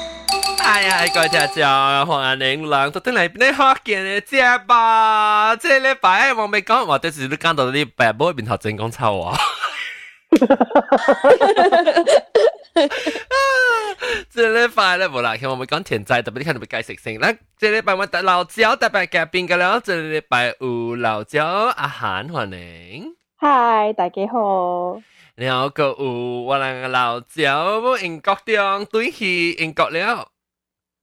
呀，爱国家教黄阿玲郎，昨天来你好见的家吧？这礼拜我没讲话，但是你讲到你白波面头真讲臭话。 这礼拜咧冇啦，咁我咪讲田仔，特别啲人咪解食性啦。这礼拜我特老椒特别嘅变嘅啦，这礼拜有老椒阿涵欢迎。嗨，大家好。然后个有我人老椒英国中对去英国了，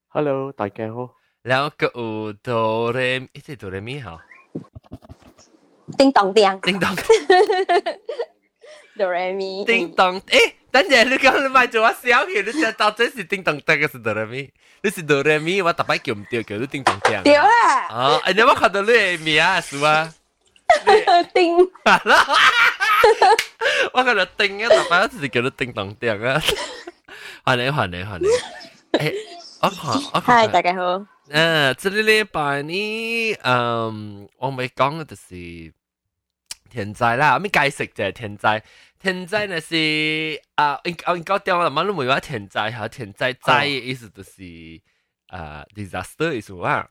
Hello，大家好。然后个有哆来一直哆来咪好，叮咚叮，叮当。哆来咪。叮咚，诶，等阵你讲你咪做我小氣，你就到底是叮咚得嘅是哆來咪？你是哆來咪，我特別叫唔對，叫你叮咚聽。对啦，啊，哎，你有冇看到你嘅名啊？是 嗎？叮。我看到叮啊，特別就是叫你叮咚聽 啊。換你，換你，換你。誒，我看，我嗨，看大。家好。嗯，这里礼拜呢，嗯，我咪讲嘅就是天灾啦，咩解釋就係天災。天嗯災呢是啊，應應該點啊？乜都冇話天災嚇，天災哦災嘅意思就是啊、disaster 意思啊。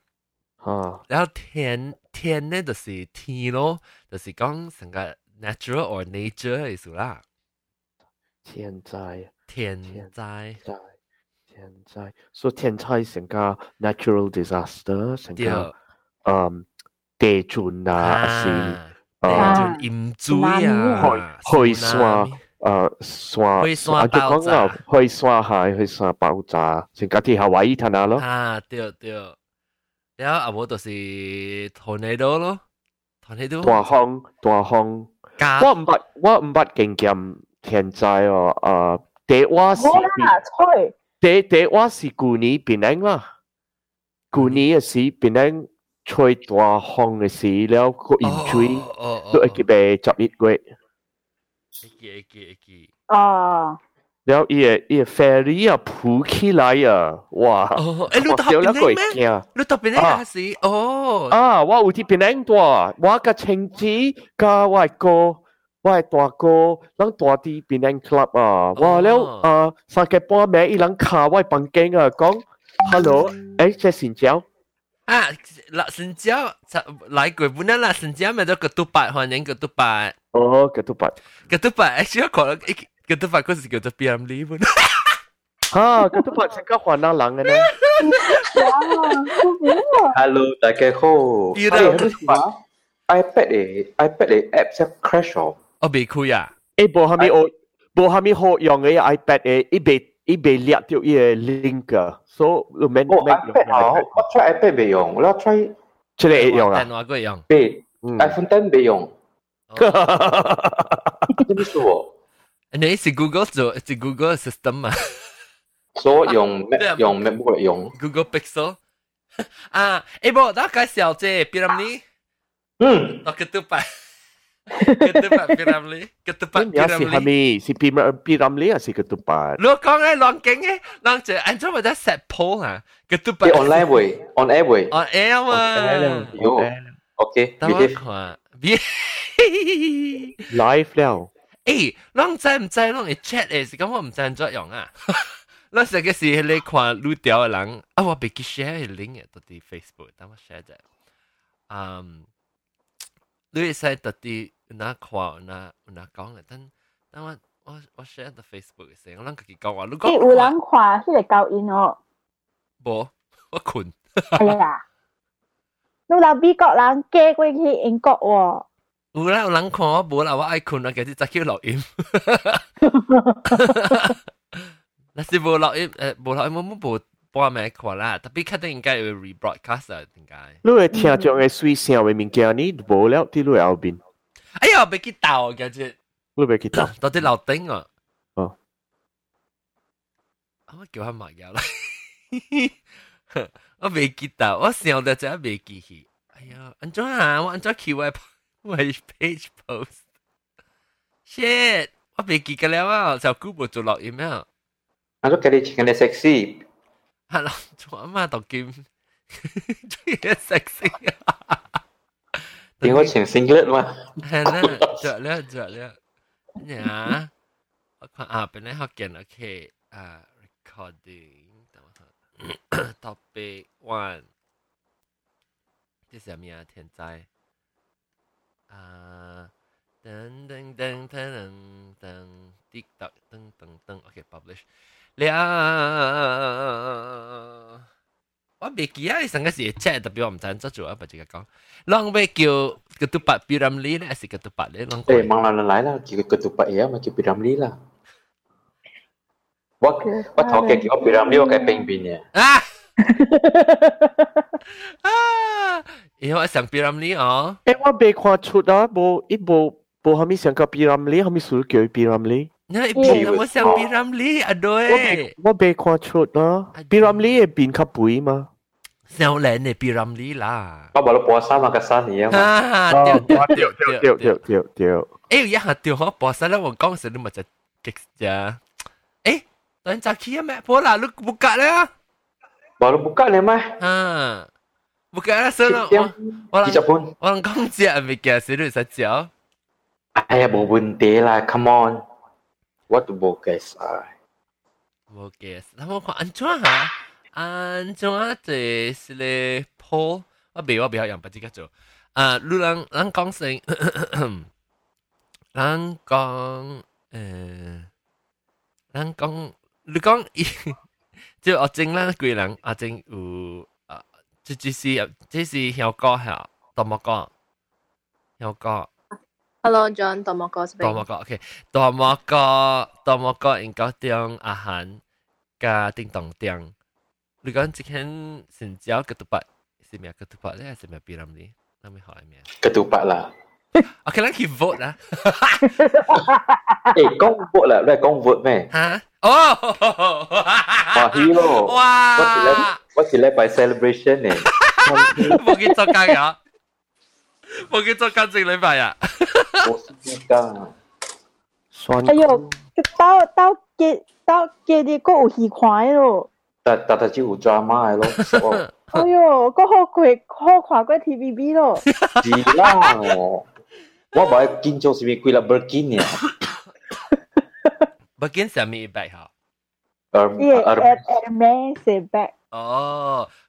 啊，然後天天呢就是天咯，就是講成個 natural or nature 嘅意思啦。天灾，天災灾，天灾。所以天灾成个 natural disaster，成對个嗯地震啊，啊是啊，啊地震淹水啊，海海山 tsunami 呃山，海山啊就爆講炸啦，去山海，去山爆炸，成個地下位依攤下咯。啊，对对，然后啊，我就是 tornado 咯，tornado 大風，大風。加我唔捌，我唔捌經驗天災哦。啊，第我是吹。第第我是舊年檳榔啦，舊年嘅時檳榔吹大風嘅時，了個哦淹水，哦哦哦，都一級被十一月，一记一记一记，Ờ, 哦，了伊個伊個 ferry 啊浮起來啊，哇！哦，诶，你我到了边了會咩？驚你到边啊咧是？哦，啊！我有啲檳榔大，我個親子加我個哥。我係大哥，咱大啲檳榔 club 啊，哇了啊，三更半暝伊人敲我的房間啊，講 hello，誒，這是鳥。啊，嗱，新疆来过本来啦，新疆咪都个杜拜，欢迎个杜拜，哦，佢都不。个杜 拜，actually 可能个杜拜嗰时叫做 BML 本。啊，佢都扮成個華南人嘅呢。 Hello，大家好。 You 哎 know- 你知嗎？iPad 嘅 iPad 嘅 app 即 crash 咗。我未开啊，诶，无虾米我，无虾米好用嘅 iPad 诶，伊被伊被掠掉伊个 link 啊，所以免我 Oh, 免用 iPad 啊， iPad，我 try iPad 未用，我 try 即系用电啊。话嗰样。被 Hmm. 嗯， iPhone Ten 未用，哦真係喎。你是 Google 做，是 Google system 啊？所以用 Mac 對啊用 MacBook 嚟用。 Google Pixel Ah, eh, 啊，诶，我那介绍这 p i r a m i 嗯，到 ketupat ketupat p i r a m i 你 ketupat p i r 名 a 是虾 m i 米？是 P M P M 呢，还是佢都扮？如果讲咧，浪景咧，浪就按照我哋 set poll 啊你，ketupat Eh, Ah, eh, online eh. 會 on air 會 on air 嘛，有。OK，等我看，别， Live 了，诶，浪仔唔知浪你 chat 诶，是咁我唔知作用啊。 那成嘅是你看撸掉嘅人，啊我俾佢 share 嘅 link 嘅，到啲 Facebook，等我 share 啫。嗯，你會使到啲嗱看嗱嗱講嚟，等等我我我 share 到 Facebook 嘅時候，我諗佢講話，如果诶，有人看迄个高音哦。冇，我困，哎呀，你人美国人嫁过去英国喎。有啦有人看我冇啦，我愛困啦，其實就叫錄音。那是冇錄音，誒冇錄音，我冇冇半夜看啦，特別肯定應該會 rebroadcast 啊，點解？你會聽像嘅水聲嘅物件，你无了，啲你后边，哎呀，俾佢打我感覺。你未记得？ 到底老丁啊？哦，啊，我叫他麻药啦， 我未记得，我想到真未记起。哎呀，安怎啊？我安怎去我的 我的 page post？shit，我未记得了啊！小姑冇做落 email，我都你請你 sexy，系啦，做阿妈读 剑，最嘢食先。點解請 singlet 嘛？係啦，着了着了，呀，我看啊，本来好見 OK 啊，recording，等我下， topic one，这是什么啊？天灾啊！噔噔噔噔噔噔，tick tock，噔噔噔，OK，publish 了。我未記啊！你上個時 check 特別我唔知做做啊，不知佢講，啷尾叫佢都八 B 林呢，還是佢都八呢？啷 Eh, mang lain lain lah. Kira ketupat ia macam piramli lah. Wak, wak tahu ke kira piramli wak kayak pengbin ya. 啊啊！以後上 B 林呢哦，诶，我未看出啊，无一无无虾米想到比林里，虾米事叫比林里，你邊有冇上 B 林呢？啊我未對，我未看出啊哎，比林里会变较肥嘛？上嚟你 B 林呢啦。 Kau baru puasa makan san ya. 啊！哦掉掉对掉对掉对掉对！对对，誒，一下掉我播曬啦，我講成都咪就激啫。誒，等陣起啊咩？好啦，你唔隔啦 Baru buka ni mah. 啊！唔隔啦，算啦， Yang 我我諗 hijab pun. 我能讲只物件是你实招， Ayah bawa bunti lah. Come on. What to Ah, bokas? 无嘅。他们看安怎哈？安怎这是咧破？我比我比较用不这个做。啊，你人人讲声，人讲，呃，人讲，你讲伊，就我整咱几人，阿整有啊，这就是这是香港吓，大莫讲，香港。 Hello John，多么高兴。 ตอมอกอโอเคตอมอกอตอมอกอเองก็เตียงอาหารกาติงตองเตียงหรือก็จะแค่สินเจ้ากระตุกปะสิเมียกระตุกปะได้สิเมียปีรำนี้น่าไม่หอยเมีย Ketupat lah. โอเคแล้วคิดโหวตนะ Eh, kau vote lah. Right, kau vote meh. ฮะโอ้哦 อ๋ Ah, อฮีโร่ ว้า What delay? What delay by celebration ni? บอกกินจอกันเหรอบอกกินจอกันจริงเลยไปอ่ะ Bosan kita. 酸哎呦，到到街到街的够有喜欢的咯。 Tak tak tak cium drama lo. Oh, 哎呦，够好贵，好看过 TVB 咯。 gila. Wah, baik kincong sini kuila berkin ya. บอกกินสามีอีกแบบเหรอ Um, 耶 um, ，at at man say back， อ๋อ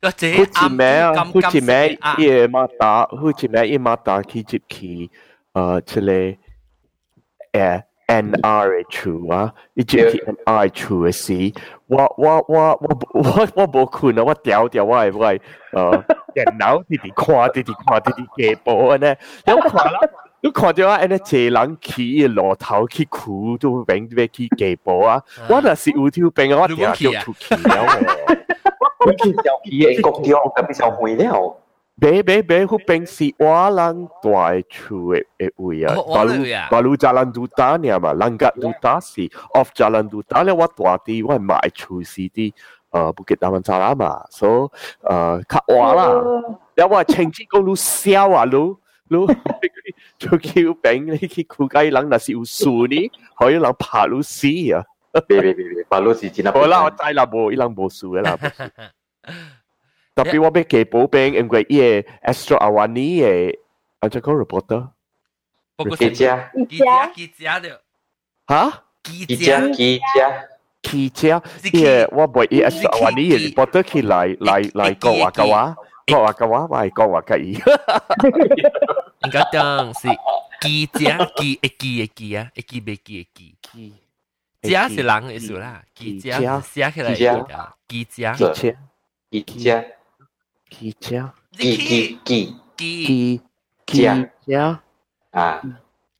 ก็เจ๊ 好似名啊， อ้ำ 好似 กำกำสิ 名 อ่ะ 伊会马打，好似名伊马打去接去，呃，即个诶 N R 嘅處啊，伊接去 N R 處嘅事，我我我我我我冇困啊，我屌屌我係我係呃電腦直直看直直看直直直播呢，你看啦。你看到啊，安尼一人起个路头去哭，都免要去直播啊！我若是有条病，我你定要要去啊出去了。小皮嘅国雕特别小灰了，别别别，好平时我人住诶厝诶诶位啊我，我巴都鲁有啊巴鲁加兰杜达尔嘛，人家杜达是 off 加兰杜达咧，我住啲我买厝是啲，呃，不给他们查啦嘛，所以呃，较 Ừ, 晏啦，然后我清洁公路烧啊路 路，就叫病你去估计人若是有事呢，可以人爬路死啊，别别别别，把路是真啊！好啦，我知啦，无伊人无事诶啦。特別我俾奇寶餅，因為伊嘅 Astro Awani 嘅啊，即個 reporter 不过几是家一几家家几家的嚇，几几家家几家，記者是伊几嘅我俾伊 Astro Awani 嘅 reporter 去嚟嚟嚟講話嘅話，講話嘅話，我係講話嘅伊，应该当是几家几一几一几啊一几别几一几，家是人的意思啦，几家写起来的几家記是者几家記者几几几几几，記記家者啊！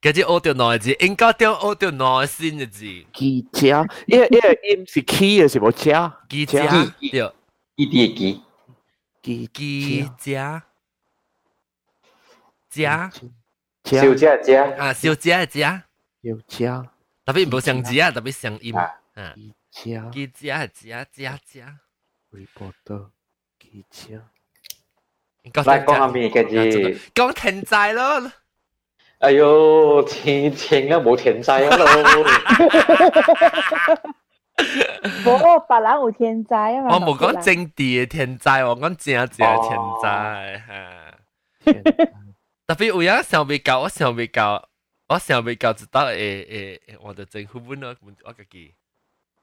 搿只学着耐字，应该当学着耐心的字，記者，因為因為伊唔是 key 嘅，是冇者几家几对一啲几記几家家小者家家啊小姐的家，有者特别无相字啊，特别相音啊啊，記者几家家家家， reporter 記者。应该来讲下咩嘅字？讲停滞咯。哎哟，天晴啊，冇天晒啊咯！不过别人有天灾啊嘛。我冇讲政治嘅天灾，我讲正正嘅天灾吓。特别有影想未到，我想未到，我想未到，直到诶诶，欸我的政府本我我自己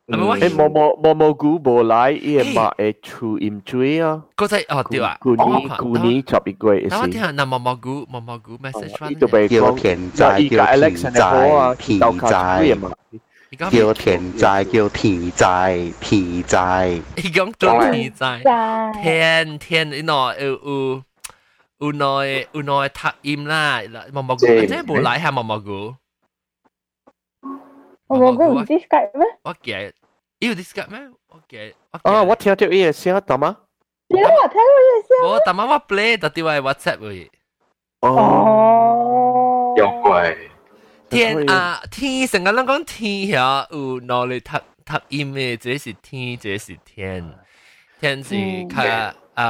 I mean, what 诶，毛毛毛毛菇无来，伊个马会出盐水啊。 ก็ใช่อ๋อเดียวอ่ะ 旧年旧年十一月 แต่ว่าที่ 是。 หานำมอมอกูมอมอกูเมสเซจว่า 伊就被叫讲，田就仔，伊叫甲田 Alex ờ, 仔，尼波啊，田仔，嘛。 อีกก็ 叫田仔，叫田仔，田仔， อีกก็ตัวนี้ใจ เท 在 นเทนอีหน่อยเอออูอูหน่อยอูหน่อยทักอิมล่ะแล้วมอมอกู จริง เจ๊บุหลายฮะมอมอกู 我冇讲 describe 咩？ ว่าเก๋อิวดิสกัดไหมว่าเก๋ว่าเก๋ 啊，我听到伊个声，懂吗？你让我听 โอ้แต่มาว่าเพลย์แต่ที่ว่า WhatsApp เว้ย Ờ. 哦，哦。有怪， เทนอ่ะที่สังกัดลังกงที่เหรออูหน่อยเลยทักทักอิมเนี่ยเจ๊สิที่เจ๊สิเทนเทนสิค่ะอ่า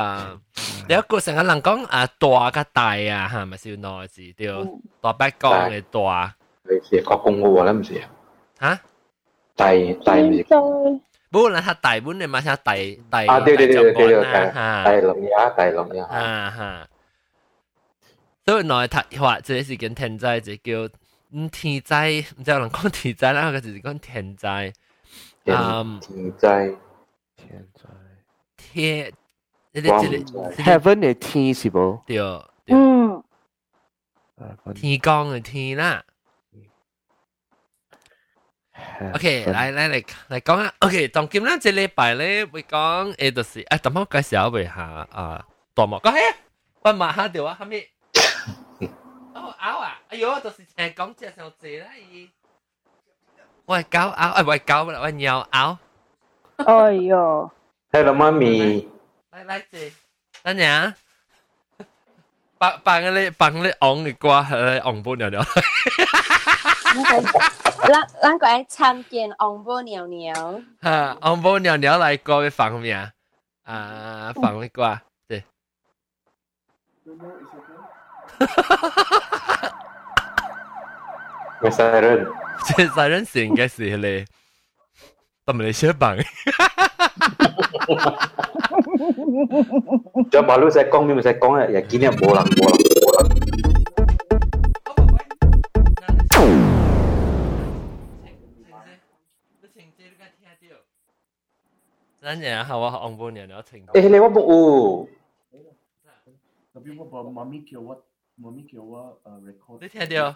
แล้วกูสังกัดลังกงอ่ะตัวก็ตายอ่ะฮะไม่ใช่หน่อยสิเดียวตัวแบกกองเลยตัว 你是国公我啦，唔是？啊 ฮะ 大大唔是在 บุญนะถ้าไต่บุญเนี่ยมาใช่ไต่ไต่ 啊？对对对ไต่对对对，จังหวะนะฮะ 大龙呀，大啊龙 อ่า 呀， ฮะตัวหน่อยถัดหัวจะได้สิกันเทนใจจะเกี่ยวอืมทีใจไม่ใช่หลังก้อนทีใจแล้วก็จะสิกันเทนใจอื啊ม 天灾， เทียเดี๋ยวจะจะ heaven 的天是无？ เดี๋ยวเดี๋ยว 嗯， ทีกองหรือทีน่ะโอเคไล่ไล่ไล่ไล่กองอ่ะโอเคตอนกิมนั่นจะเลยไปเลยไปกองเอตัวสิอ่ะแต่มา介绍ไปหาอ่าตัวหมอก็เฮ้ยวันมาหาเดี๋ยวว่าทำไม 哦，咬啊！哎呦，就是诶讲只上字啦伊。喂，狗咬，哎喂，狗啦，喂鸟咬，哎哟，嘿，老妈咪，来来字，等 下。扮扮个你扮你昂嘅瓜，你昂半尿尿，咱咱个爱参见王母娘娘，啊昂半尿尿嚟瓜嘅放咩啊？啊放嘅瓜，对。咩啥人？即系杀人成嘅事你，都唔係你識扮嘅。就马路在讲，你咪在讲啊，也今年冇人，冇人，冇人。咱俩好，我昂半尿尿情。诶，你我冇有， tapi apa bah mami kira what mami kira what uh, record 你听到？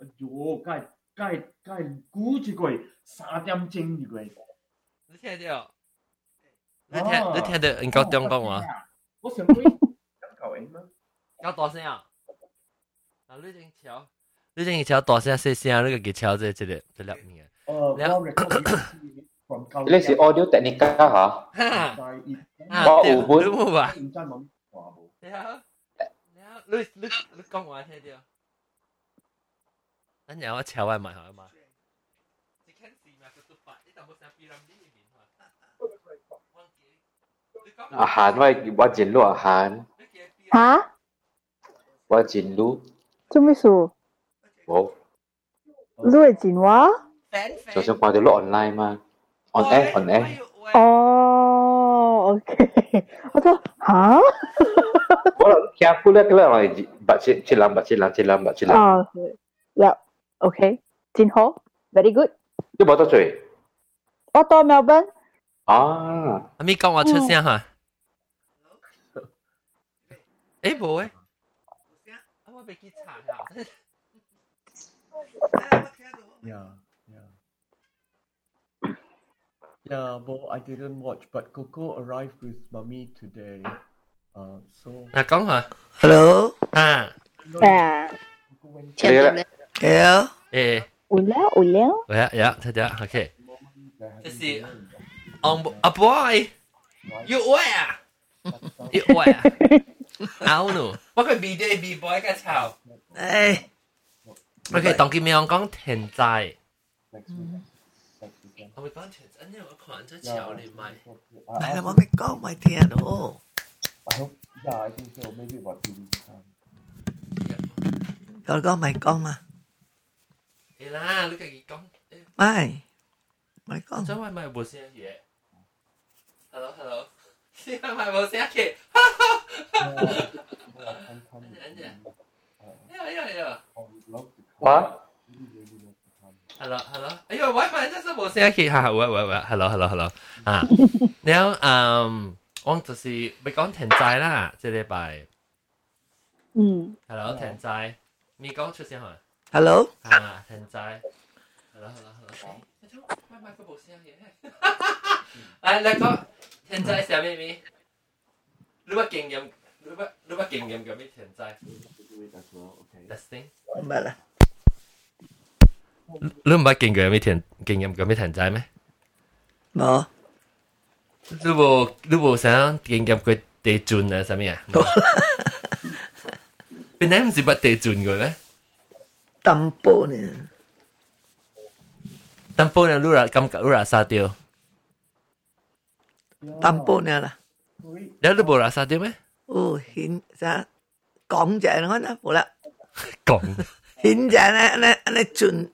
aduh kai kai kai gu ji goi sa diam jing ji goi 你听到？你听你听到？你讲中国话？我想讲 香港人吗讲大声啊！啊，你正瞧，你正瞧大声细声，你个给瞧这一个一粒面。呃了我 record from 高你是 audio technica 吓？哈！在一啊，我对有本你冇吧？唔知讲话无了了，你你你讲我听着。咱让我敲外卖好嘛？你看是嘛？个做法，你当冇想比人哋面嘛？你讲 อาหารว่าว่าจินรู้อาหาร 你给比人啊， ว่าจินรู้ 做咩事？ โอ你้会讲话？反就算挂到รู้ออนไลน์มาออนแอร์ออนแอร์ 哦，OK，我说啊， ว่าเราแค่พูดเรื่องอะไรบัตรชิชิลัมบัตรชิลัมชิลัมบัตรชิลั啊，ม呀，OK，真好，very good。 ที่บอกตัวช่วย 我到 Melbourne， อ๋อ Ah, 阿咪讲我出声哈。诶，冇诶。我俾佢查下。 yeah yeah yeah well I didn't watch but Coco arrived with mummy today uh so 嗱，讲下 Hello，啊，啊， Coco went 听见没？ Hello，诶，有了有了，喂呀呀，睇睇，OK。 there 这是 On a boy, you where? You where? I don't know. 我佢 B D B boy 嘅臭。哎， OK，當見面我講田仔， next week next weekend 我會講田仔，因為我可能真潮你咪。哎，我咪讲咪听咯。 I hope, yeah, I think so. Maybe about two weeks time. 我讲咪讲嘛，係啦，你繼續講，咪咪讲，真係咪冇聲嘢？Hello hello，真係咪冇聲嘅？ I'm coming. Yeah, yeah, yeah. 我 love to come. ว่า Really, really love to come. hello hello，哎呦，WiFi 真是无声去哈，喂喂喂，hello hello hello 啊，然后嗯，我就是要讲天灾啦，这礼拜嗯， hello 天灾，你讲出声好吗？ Hello，啊，天灾，hello hello hello，你睇我麦克无声嘅， 来来讲天灾啥咩咪？你乜经验？你乜你乜经验嘅咩天灾 Okay. ？Testing。唔係啦，你唔捌見過有咩田經驗過咩田仔咩？冇你冇你冇想經驗過地震啊？什麼啊？邊你唔是捌地震過咩？抌波呢，但半日你啦，感覺你啦沙掉，抌波呢啦，你你冇啦沙掉咩？哦，顯就講就係我啦，冇啦，講顯就係咧咧咧 轉，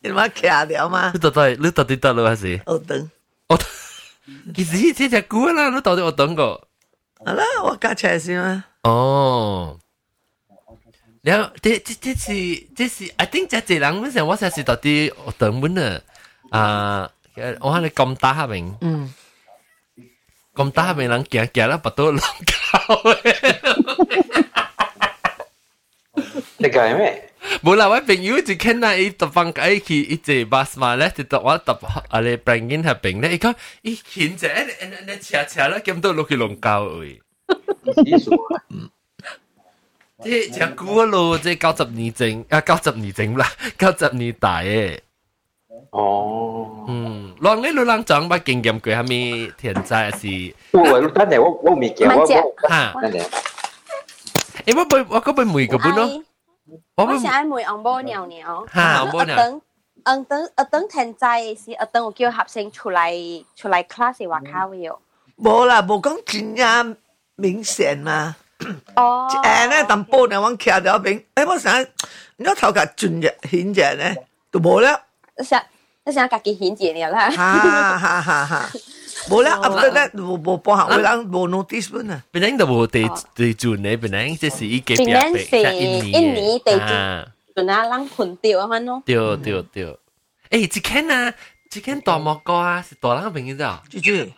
你媽卡掉嘛你，到底你到底得啦還是？我等，我其實呢隻股啦，你到底我等過好啦，我架車先啦，哦。然後這這這是這是，I think 這隻人本身我才是到底我等本啊啊！我喺你咁打下明。嗯，咁打咪人行行啦，拔到浪搞 诶！你讲咩？冇啦，我朋友就见啦，伊特放解去一只 bus 嘛咧，就特我特啊你朋友系朋咧，伊讲伊见者，你你车车啦，咁到落去浪搞诶！你是说即系古路，即系九十年整啊，九十年整啦，九十年大诶。哦，嗯，浪你老人长捌经验过虾米天灾是？我等下我我未见，我我哈，等下，诶，我杯我嗰杯梅个本咯，爱我杯我是爱梅昂波鸟鸟。哈我我呢等，嗯等，我等天灾的时，我等我叫学生出来出来 class 的话卡位哦。冇啦，冇講轉呀明顯嘛。哦，诶咧，抌波呢，我卡掉邊，诶，我想，你頭架轉嘅顯就係咧，都冇啦。我想我想家己显见了啦。哈哈哈！哈，冇啦，哦啊唔得咧，冇冇播客會啦，冇 notice 本啊，本来就冇地哦地主呢，本来即是一个本来是印尼地主啊，准啊，让困掉啊嘛喏。对对对。诶，只看啊，只看大木哥啊，是大人朋友咋？豬豬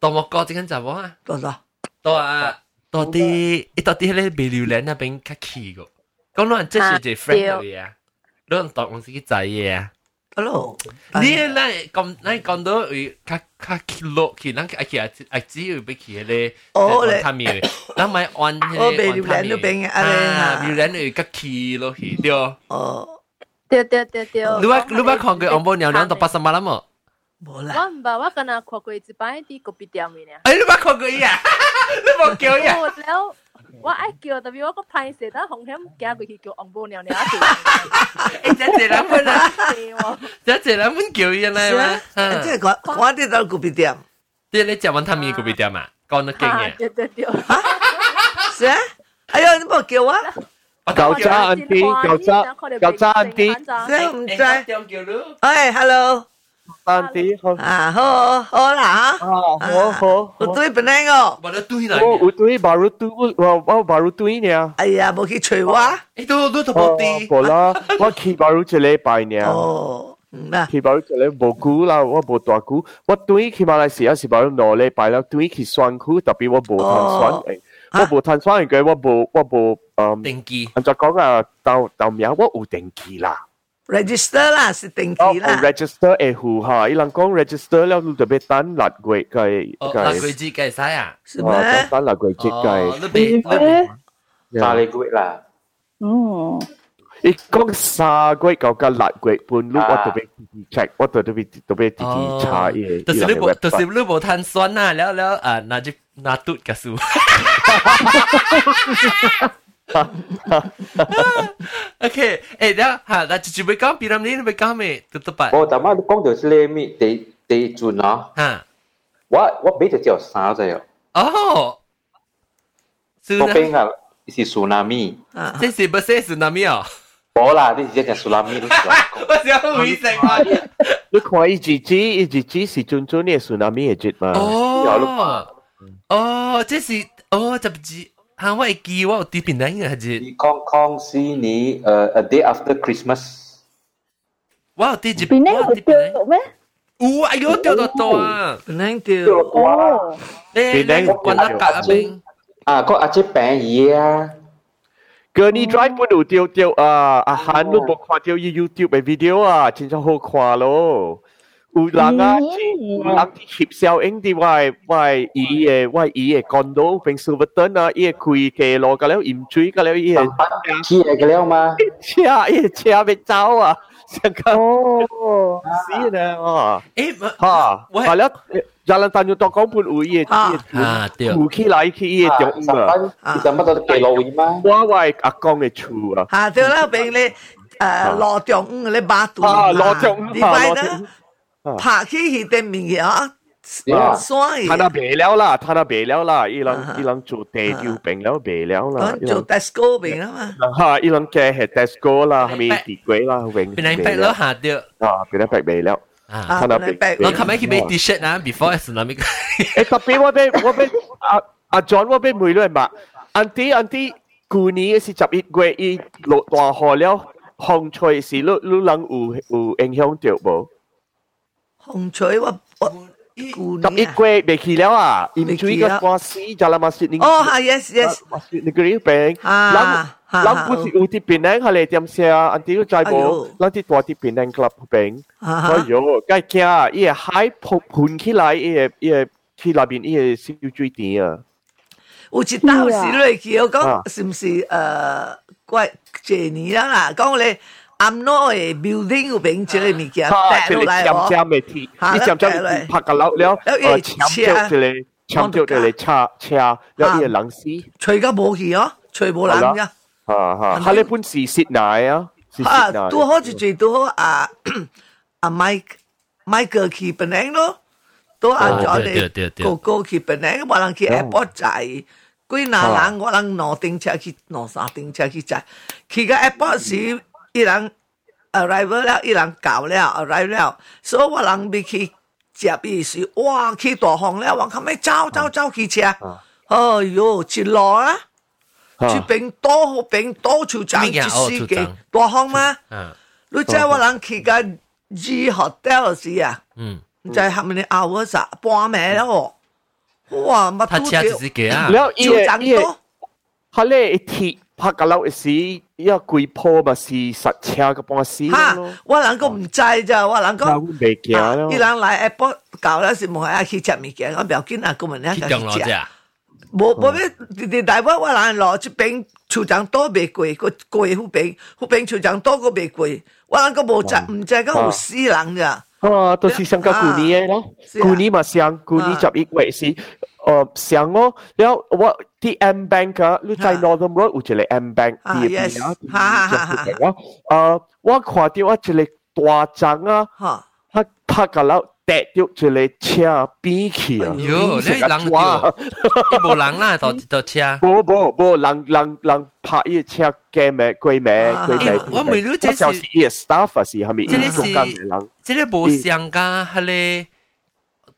大木哥只看怎么啊？多多，大啊，到底一到底咧未榴莲那边卡起个，讲乱这是只 friend 嚟啊，乱当我自己仔嘢啊。多咯，你咧咁，你讲到佢卡卡起落去，咱阿其阿阿只要俾佢咧。哦咧，咧，他咪，咱咪按迄我被榴蓮都變嘅啊咧啊，嚇榴蓮會甲起落去對。你哦，对对对对，捌你捌看過紅包娘娘到八十八啦冇？冇我啦，唔捌，我敢若看過一擺啲個別店面哎，你捌看過伊 啊？你冇叫伊啊？我了，我愛叫，特別我個拍攝，但紅險行過去叫紅布娘娘，哎，真濟人問啊，真濟人問叫伊是啊啦嘛？即係講講啲都個別店，即係你食雲吞麵嗰邊點嘛？講得勁嘅，對對對，是啊，哎呀，你冇叫啊，九渣 auntie，九渣九渣 auntie，Eh, 真係唔知，點叫你？哎，hello，Ha, auntie，好，啊，好，好啦嚇，啊，好好，好我對本嚟個，冇得對啦。我我对 baru tu，我我 baru tu 呢，哎呀，冇去翠華，哎，都都都冇哦對。冇啦，我去 baru 一禮拜 Ờ. 呢。哦，嗯啦，去 baru 一禮冇久啦，我冇大久，我對去馬來西亞是 baru 兩禮拜啦，對去選區，特別我冇碳酸，我冇碳酸嘅，我冇我冇，嗯，定機按照講啊，豆豆名我有定期啦。 register lah, 啦，是定期啦，Oh, register e 会户哈，伊人讲 register 了，你特别等六个月嘅哦，那佢知嘅使啊？是 Ờ, Oh, 咩？等六个月哦，嘅。你俾诶，Ya. Dạ. 三个月啦，嗯，伊讲三个月到到六个月半，你我特别 check，我特别特别自 Ờ. 己查伊。但是你冇，但是你冇碳酸啊，แล้วแล้วอ่านาจินาตุดกับสูโอเคเอ้ยเดี๋ยวฮะนาจิจิไปก้าวปีรำนี้ไปก้าวเมตุตุปัด 我头妈讲到即个咩地地准哦， ฮะ 我我俾就只有三只哦， โอ้สุ 我 นามิ 边啊是 tsunami，啊这，是不是啊สุนามิอ่ะ 无啦，你是只 tsunami，你 ว่าเสียหุ่ยใส่ก่อน 你看伊自己，伊自己是准准嘅 tsunami 嘅节嘛？ โอ้哦โอ้哦这啊是โอ้จับจีฮะว่าไอ้啊กีว่าตีปีนั้นอ่ะจี uh, Kong Kong Sydney，呃，a day after Christmas， ว้าวที่จิบ ปีนัง ว้าว เขา ที่ เจ ปี อ นัง ถูกไหม อู้อายุเดียวตัวตัว เป็นนั่งเดียว โอ้ เอ้ย ปีนัง กวนนักกะอะเบง อ่าก็อาจจะแปลงเยี่ย เกินนี่ drive ปุ่นดูเดียวเดียวอ่าอาหารรูปบอกควาเดียวอยู YouTube ไปวิดีโออ่ะชินชอบควาโลอูหลังอ่ะที่อูหลังที่หิบเซลเองดีว่าว่าอีเอว่าอีเอคอนโดเป็นซูเปอร์เติร์นอ่ะเอคุยเกโลกันแล้วอิ่มจุ้ยกันแล้วเอ สัมปันขี้อะไรกันแล้วมา เชียเอเชียไปเจ้าอ่ะสังกัด โอ้ ซีนะอ๋อ เอ๊ะมา ฮะอ่ะแล้วจารันตันยูตองกองปุ่นอูเอเอ อ่าเดียว อูขี้ไหลขี้เอเดียว สัม อ่ะ ปันสัมปันตัวเกลอยมา ว่าว่าอากงเอชูอ่ะ หาเดียวแล้วเป็นเลยเอ่อรอจองอึ้งเลยบาตู อ่ารอจองอึ้ง ดีไป รอจองนะอึ้ง ผ่าขี้หีเต็มมิงเหรอ เนี่ย ซ้อย 他那北了啦，他那北了啦，伊人伊人做地丢病了北了 ตอ 啦 น，จูเตสโก้เป็นแล้วมา 哈，伊人嘅系 Tesco 啦，系咪地鬼啦，永 เป็นนายแปะแล้วหาเดียว 啊，变咗白北了， อ่า อ่า 他那 เป็นแปลก เราทำให้คิดเป็นดีเชตนะ 啊 before สึนามิ 诶，特别我俾我俾阿阿 John 我俾梅女嘛，Auntie Auntie，旧年是十一月伊落大雨了，風吹是你你人有有影響到無？ หงช่วยว่าว่ากู 十一 เนี่ย 月未去了啊，唔注意個關死，就啦嘛雪 โอ้ฮะ yes yes 你嗰啲病， อ่าฮะ เราพูดสิอูที่เปลี่ยนแปลงอะไรเตรียมเสียอันที่รู้ใจบ่ อายุ เราที่ตัวที่เปลี่ยนแปลงกลับเป็น อ่าฮะ โอ้ยใกล้เคียอีหายพกผุนขี้ไหลอีอีที่ลาบินอีสิวจุยตีอ่ะ อุจิตาสิเลยเขียวก็ อ่า สิมสิเอ่อกว่าเจนี่แล้วล่ะก็เลยอัมโน่เอ building อยู่เป็นเจอมีเกียร์ ถ้า แต่ เป็น ลงไป จำ อ๋อ จำไม่ที หา นี่ แล้ว จำจำ แปะเลย พักกันแล้วแล้ว แล้วอี เออแชมป์เดียว เชียร์ เลยแชมป์เดียวเลยชาชาแล้วอีหลังซี ช่วยก็โบกี้อ๋อช่วยโบราณจ้ะ ฮ่าฮ่า อันนั้น เขาเลยพุ่นสีสิทธิ์ไหนอ่ะสีสิทธิ์ไหน 啊，拄好就最拄好啊啊，Mike Michael 去本来咯，都啊哦叫 对对对你对哥哥去本来，我人去 airport 载，几那人我人两顶车去，两三顶车去载，去个 airport 时，伊人 arrival 了，伊人到了 arrival 了，所以我人未去接伊时，哇，去大巷了，我看咩走走走去车，哎哟，一路啊， ฮ่า 去边多好边多处站，咩嘢一哦司处机站大巷嘛。 อ่า 你知我人去个 G hotel 時啊， อืม 唔知係咪你 hours 啊，半夜咯，哇，乜 ทัช 都 เชียจะ 掉， สิเกะอ่ะ แล้วอี 就 อี 咁多， เขาเลยไอ้ที่พักกับเราไอ้สีอยากกุยโพมาสีสัตว์เชียกับปองสี 嚇 เนาะ 我人個唔制咋，我人個 เรา。ไม่เกี่ยวเนาะ 伊人嚟 airport 搞咧是冇係去食物件，我唔要緊啊，個問題 คิด 就 จังเหรอ 去食 จ้ะ。冇冇咩，你你大我我人落出邊，處長多未貴，個貴好邊，好邊處長多個未貴，我人個冇制唔制，咁有死人咋， อ๋อตัวสีสังกับกูนี่เนาะ 是啊 กูนี่มาเสียงกูนี่จับอีกเวยสีเออเสียงเนาะแล้วว่าที่ M Bank อะรู้ใจ Northern Road อุจเลย M Bank อ่า ที่ yes นี่นะที่ ฮ่าฮ่าฮ่าฮ่า จะพูดว่าเอ่อว่าขวาที่ว่าจะเลยตัวจังอะ 嚇， พักพักกับเราแตะเดียวจะเลยเชียปีขี้อะ โย่แล้วหลังเดียวอีโบหลังล่ะต่อต่อเชีย 不不不，人人人拍一车嘅名鬼名啊鬼名欸，我咪了解是小时嘅 staff 啊是係咪？這個是中間嘅人，即系冇上噶，系咧，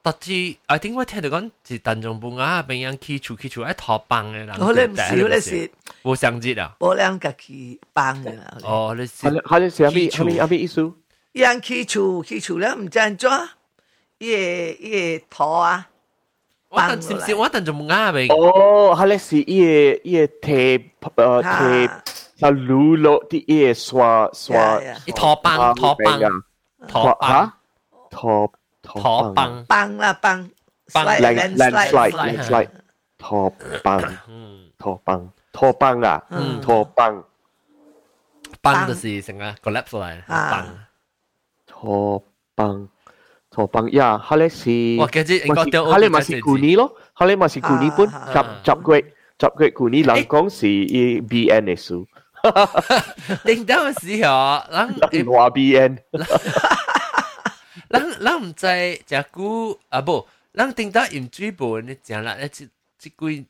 特至 I think 我聽到講是鄧仲半啊，俾人 K 處 K 處一托棒嘅人，我哦咧唔少咧是。冇上節啊，冇兩個去幫嘅啦。哦，你是係咪係咪係咪基係礎咪係咪意思？人起厝起厝了，唔知安怎，伊個伊個土啊，我鄧是唔是我鄧仲半啊？咪哦，係咧是伊個伊個鐵誒鐵啊就路落啲伊個刷刷 Yeah, yeah. 一托哦棒托棒托棒啊托托托棒棒，幫啦幫，幫 land landslide landslide landslide 托棒嗯，托棒托棒啊嗯托棒棒就是成個 collapse 落嚟啊棒， 托棒托棒呀，係咧是。我記得應該มันสิ 掉 เขาเรียกมาสิกูนี้เหรอเขาเรียกมาสิกูนี้ปุ่น อ่า จับ อ่า จับเกรดจับเกรดกูนี้หลังกล้องสี BN เอสู 定到嘅時候，啊人 หัว BN 人人唔知食久啊不，人顶到饮水本，你食啦，你即即几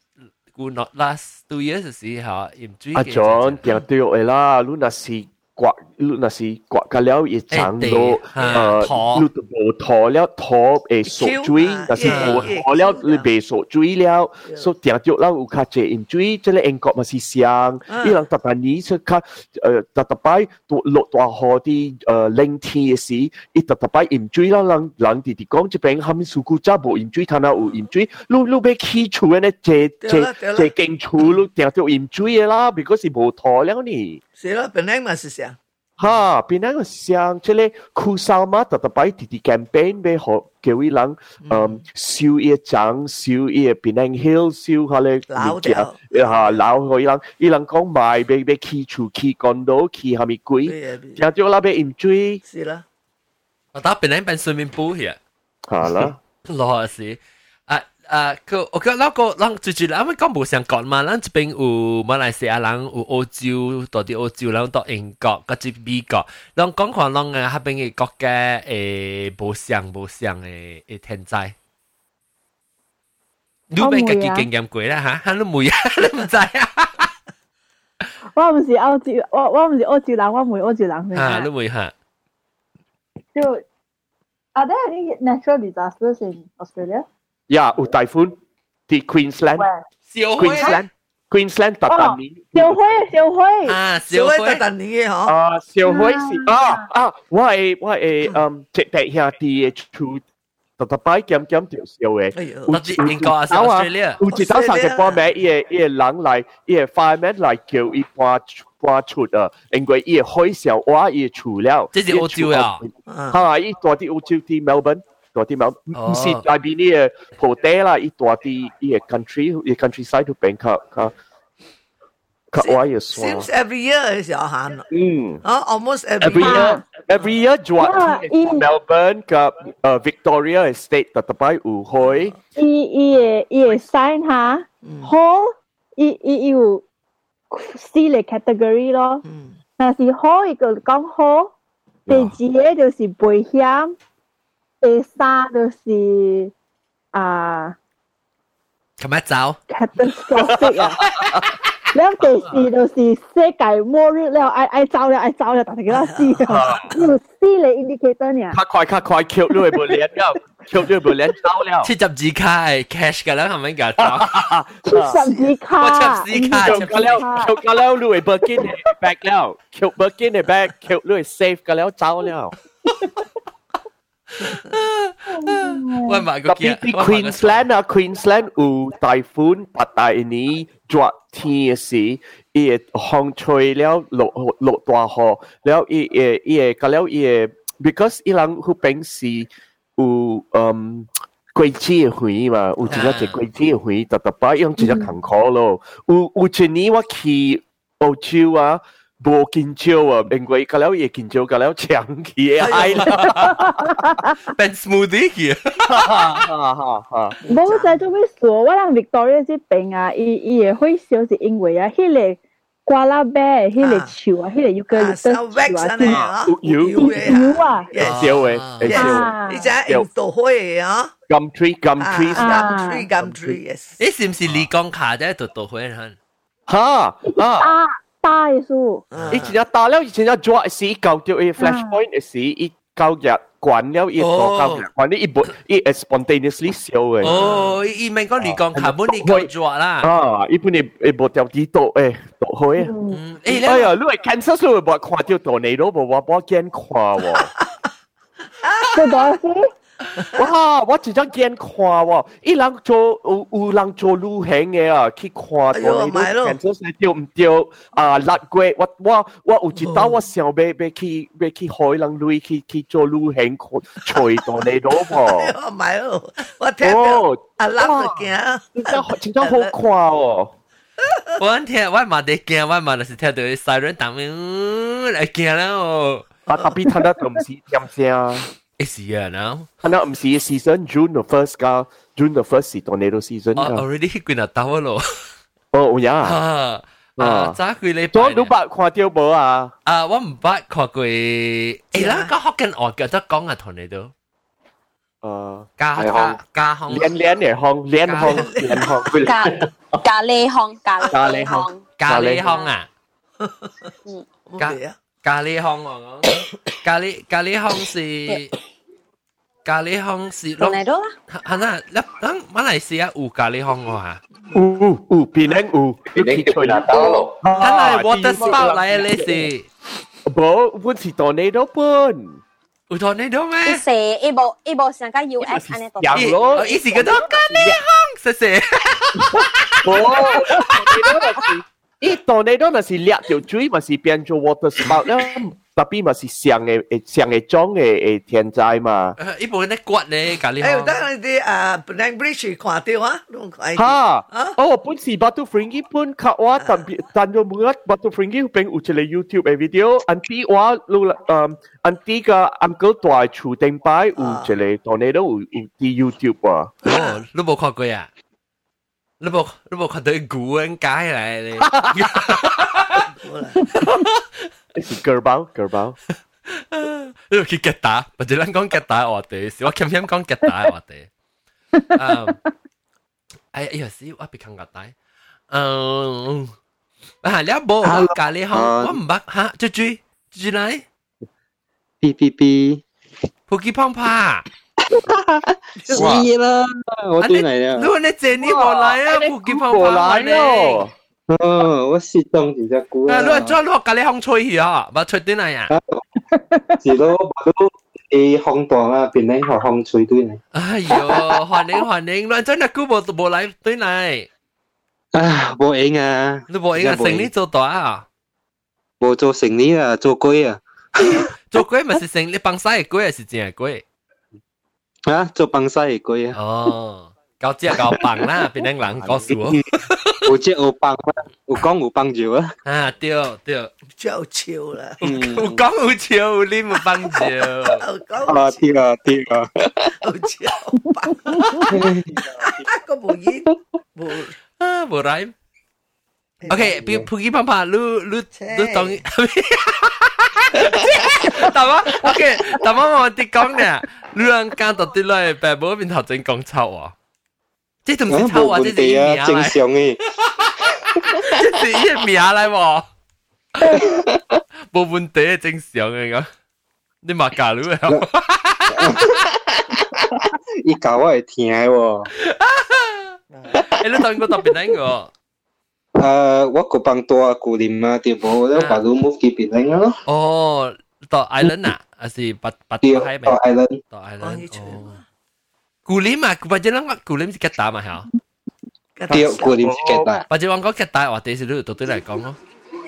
久 not last two years 嘅時候，饮水啊 อาจารย์เตียงเตียวเอล่าลูน่าสี 刮，如那是刮个了一长哎对路，呃啊，如都无拖了拖诶手水啊，那是耶无耶拖了是你啊被手水了， Yeah. 所以定着咱有较济盐水，即个英國嘛是香，啊伊人特特年出较呃特特擺大落大雨啲呃冷天嘅時，伊特特擺鹽水啦，人人哋哋講即邊下面樹古早無鹽水，他那有鹽水，你你要起厝嘅呢，借對借啦對啦借勁厝，你定着鹽水嘅啦，because 是無拖了呢。是咯，本来嘛是这样，哈，边那个像这类酷烧嘛，特特摆弟弟 campaign 俾好几位人，嗯，烧一张，烧一边那 hill，烧下咧老掉哈老可以人，伊人讲卖俾俾起厝起干到起下面贵，对啊，对啊听咗啦俾唔追，是啦，我打本来เป็น swimming pool เหี้ย 好啦， รอสิอ่ะอ่ะคือโอเคแล้วก็ลังจุดๆแล้วมันก็ไม่เสียงก่อนมาแล้วจะเป็นอูมาเลเซียหลังอูโอจิวตัวที่โอจิวแล้วต่ออังกฤษก็จะบีก็ลองก่อนขวานลองอ่ะฮะเป็นไอ้ก็แกเอ่อไม่เสียงไม่เสียงเอ่อเอ่อเทนใจดูเป็นกับกี่เก่งยำกวยแล้วฮะฮัลโหลม วยฮัลโหลใจอ่ะ 我唔是澳洲，我我唔是澳洲人，我唔係澳洲人嚟 ฮัลโหล 嘅。 มวยฮะ 就 Are there any natural disasters in Australia? 呀，有台风，啲 Queensland，Queensland，Queensland 喂， เสียวเฮ้ย 特特年，小輝，小輝。 อ่ะเสีย 小 ว 威 เฮ้ย 特特年嘅嗬，啊，小辉是啊啊，我係我係嗯，即係兄弟嘅厝，特特擺減減條少嘅。哎呦，特別英國啊有是一 Australia 有一早上嘅半暝，伊嘅伊嘅人嚟，伊嘅 fireman 嚟叫伊搬搬出啊，因為伊嘅開銷我伊嘅厝了。這是澳洲啊啊，嚇！伊住啲澳洲啲 Melbourne，住啲 Mel，哦唔是大邊啲嘅葡地啦，伊住啲伊嘅 country，伊 countryside 度邊較較較我嘅 seems 山。 every year 嘅時候行，嗯。啊，almost Ờ, every Every year， year, every year Yeah, juat yeah. Melbourne ke uh, Victoria State tetapi uhoi 伊伊个伊个 sign 哈，好，伊伊伊有四个 category 咯。嗯，若是好，伊就讲好；第二个就是危险，第三就是啊 ทำไมเจ้า catastrophic 啊。แล้ว第四就是世界末日了，爱爱走了，爱走了，大家要死了。有四个 indicator 呢。 kak koi kak koi killed lui bu lian liao killed lui bu lian zao liao ที่จับจีค่าย cash กันแล้วทำไมกับเจ้า 十字我จับ 卡， จีค่าย killed จับ ka จี liao killed ka liao lui Birkin back liao killed Birkin back killed lui safe ka liao zao liao ว่ามาก็เกีย tapi di Queensland ah Queensland u typhoon patai ni juat ti si i hong choi liao lo lo tua ho liao i i i ka liao i because ilang hu peng si u um 贵机会嘛，有一个一贵机会，特特把用一个坎坷咯。有有一年我去澳洲啊，无见招啊，因为个了也见招，个了抢去啊，哎啦， เป็นสมูทตี้เกีย 哈哈哈。冇仔做咩事？我人 Victoria 这边啊，伊伊也会少是因为啊，迄个瓜拉贝，迄个树啊，迄个有个有啊树，Southwest 啊，啊，你啊，有有有嘅啊啊， ，yes，少诶，少诶啊呢只印度開嘅啊 gum tree gum 啊 trees 啊 À, gum tree gum tree yes， นี่สิมสิลีกองขาได้ตัวตัวเฮ้ยฮัน 哈大啊！大的树，啊以前啊打了，以前啊抓是搞掉诶 flashpoint 的是一搞日管了，一搞搞日管你一不一 spontaneously eh. 少诶。 โอ้ยอีมันก็ลีกองขาบุนี่กองจั่วล่ะ 啊，一般你你无掉几多诶，多好诶。嗯， เอ้ยแล้ว 哎呀，你系 cancer 所以无看到多你都无我我惊看喎，这东西哇，我真正惊看喎，伊人做有有人做旅行嘅啊，去看哎呦多你都买咯 cancer 所以对唔对啊？辣鬼，我我我有一道我想要要去要去海南旅去去做旅行，吹多你都 哎 无，呀，唔係咯，我聽到哦阿拉就驚。真正真正好看哦。 วันเทียว่ามาเด็กเกียว่ามาแล้วสิเทียเดี๋ยวสายเรื่องต่างมือไอ้เกียแล้วโอ้ 啊，特别睇得唔是咁正。 ไอ้สิอ่ะนะ Anh nói, "Ừm, sĩ season June the first ka, June the first si tornado season อ๋อ ka." already ขึ้นอ่ะตาว โล Ờ, ủa nhá. อ่าอ่าจ้าคุยเลยไป Chỗ đúng bạn khoa tiêu bờ à? อ่าว่าไม่บัดขอคุยเอ้ยแล้วก็ฮอกกันออกเกี่ยวกับกองอ่ะทนเลยดู Ờ, กาก้าห้อง lén lén để hong, lén hong, lén hong. กากาเลฮองกาเลฮอง กาเลยห้องอ่ะ 冇加嘢啊，咖喱烘我讲，咖喱咖喱烘 是咖喱烘是，本来多啦，哈那那咱马来西亚有咖喱烘我哈，有有有，槟榔有，你你就拿到了，啊咱来 water spout 来的是，无，阮是 tornado 本，有同你懂咩？伊蛇伊无伊无上加 US 安尼多，人咯，伊是个都咖喱烘，谢谢。无，tornado 就是，伊 Eh, tornado 就是掠着水，嘛是变做 water spout 啦，特别嘛是上诶诶上诶种诶诶天灾嘛，呃， 一部那骨呢，咖喱哎，有烘得。嗰啲誒 Penang Bridge 看到啊，都可以。哈啊，哦，本是 batu fringi 本卡我但但咗每一 batu fringi 並有一個 YouTube 嘅 video，安啲我錄啦，嗯，安啲個 uncle 大廚定擺有一個 tornado 有有啲 YouTube 啊。哦，你冇看过啊？你冇你冇看到古人街来 咧？是割包割包，你去吉打，或者咱讲吉打话题，是我偏偏讲吉打话题。嗯，哎，有时我被坑个带，嗯，啊，你冇咖喱烘，我唔捌哈，猪猪猪来，哔哔哔，普吉胖胖，是啦，我啊转嚟你 à? 啦，话你这你冇来啊，普吉胖过来胖咧。哟，Ờ, 嗯，我是当一只股 à. 啊！啊你，话做你话咖喱烘吹去啊，冇吹啲嚟啊！是咯，我都诶风大 à, 啊，变靓学风吹对呢，哎哟，欢迎欢迎，你真系估冇冇来对嚟，啊，无用啊，你冇应该成你做大啊！无做生意啊，做鬼啊，做鬼咪是成你帮晒嘅鬼，还是正嘅鬼？啊，做帮晒的 à. 鬼啊，哦，搞只搞棒啦，变成人告 诉我有只有帮啊，有讲有帮住啊，啊，对对，就潮啦，Ừ. 嗯，有讲有笑，有你冇帮助。又啊，Ờ, 講对啊，对啊，潮 白，個無煙無 啊，冇来。OK，比普吉爸爸，你你你懂？ 大妈，OK，大妈我哋講咧，你兩間到啲嚟，白冇面頭先講臭啊！即係唔 Ờ, 啊係臭啊，无问即係题啊，嘢正嚟，常诶，即係嘢名嚟喎。冇問題啊，正常嘅咁。你嘛假女啊？伊教我会听的喎。你當我特別靚個。À, 啊，我個幫多啊，古林啊，對無？我把路 move 去別人咯，哦，到 island 啊，還是八八對，到海未到？海人，到講起 island 潮哦。古林啊，或者諗古林是吉打嘛？係啊，對，古林是幾大？或者講吉打或者是你對對嚟講咯。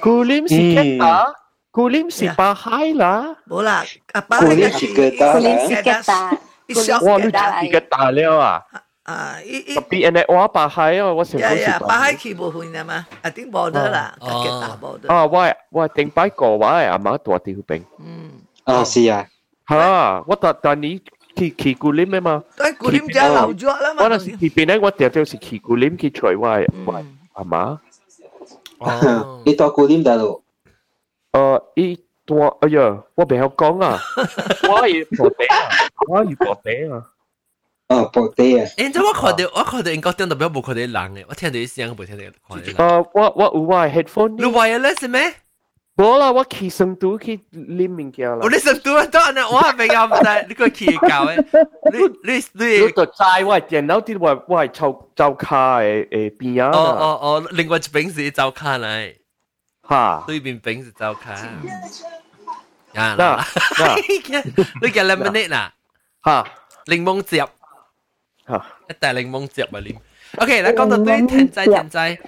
古林是嗯吉打，古林是巴海啦，冇啦，阿爸古林是幾大古啦林？是吉达，一古林小是哇，吉你达真来是吉的，打了啊！啊，一一特別人哋我巴海啊，我成呀功是呀，巴巴海海。佢冇去啊嘛，阿丁冇得啦，吉打冇得，啊，我我頂擺個我係阿媽大條病，嗯，À, 啊，是啊，，嚇！我特但你去去古林咩嘛？但係古林就留咗啦嘛，我那是去邊咧？我掉掉是去古林去除我我阿媽。哦你到古林大路，誒，伊多哎呀，我唔曉講啊，我要破頂啊，我要破頂啊！啊，博地啊，因為我看到我看到英國頂代表冇看到人嘅，我聽到啲聲冇聽到看到人。誒，我我有我 headphone 你 wireless 咩？冇啦，我去成都去拎物件啦我。你想到到那我係比較唔知，你個企教嘅，你你你你就齋喂電腦啲喂喂臭臭卡誒誒邊哦啊？哦哦，另外一邊是周刊嚟，嚇！對面邊是周刊。啊嗱啦，嗱 你叫 lemonade 啦，嚇檸檬汁，一嚇！大檸檬汁啊你。OK，嗱講到對天災天災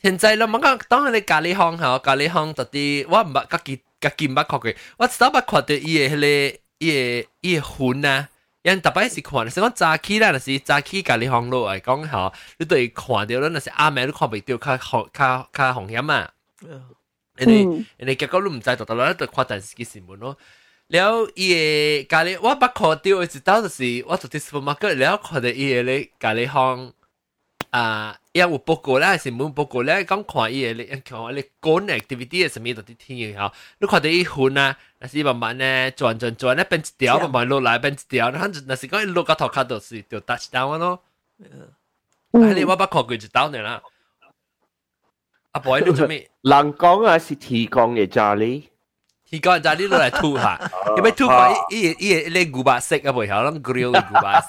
天災啦，冇講當然你咖喱烘嚇，咖喱烘特啲我唔捌家己家己唔捌看過，我只捌看到伊嘅迄個伊嘅伊嘅粉啊。因特別是看，是講早起啦，就是早起咖喱烘落嚟講嚇，你對看到啦，若是暗暝你看袂到，較紅較較紅險啊。因為嗯，人哋結果都唔知道，但係就看電視嘅新聞咯。แล้วอีเอกาเลว่าบักขอติวจิตาตัวสิว่าตัวที่ซูเปอร์มาร์เก็ตแล้วขอเดอีเอเลยกาเลห้องอ่ายังอุปกรณ์แล้วสิมุนอุปกรณ์แล้วก็ขออีเอเลยยังขอเลยก้นแอคทิวิตี้สมีตัวที่ที่อยู่เขาลูกขอเดอีหุ่นนะนั่นสิประมาณเนี่ยจวนจวนจวนนั่นเป็นเดียวประมาณโลหลายเป็นเดียวนั่นนั่นสิก็ลูกก็ถอดขาตัวสิเดียวตัชดาวน์เนาะอันนี้ว่าบักขอกูจิตาวเนี่ยละอ่ะบอยลูกจะมี 人講啊是提供嘅咋你， He got จากนี่ลง来吐哈，因为吐过一一一一类古巴色啊，不晓得 grill 古巴色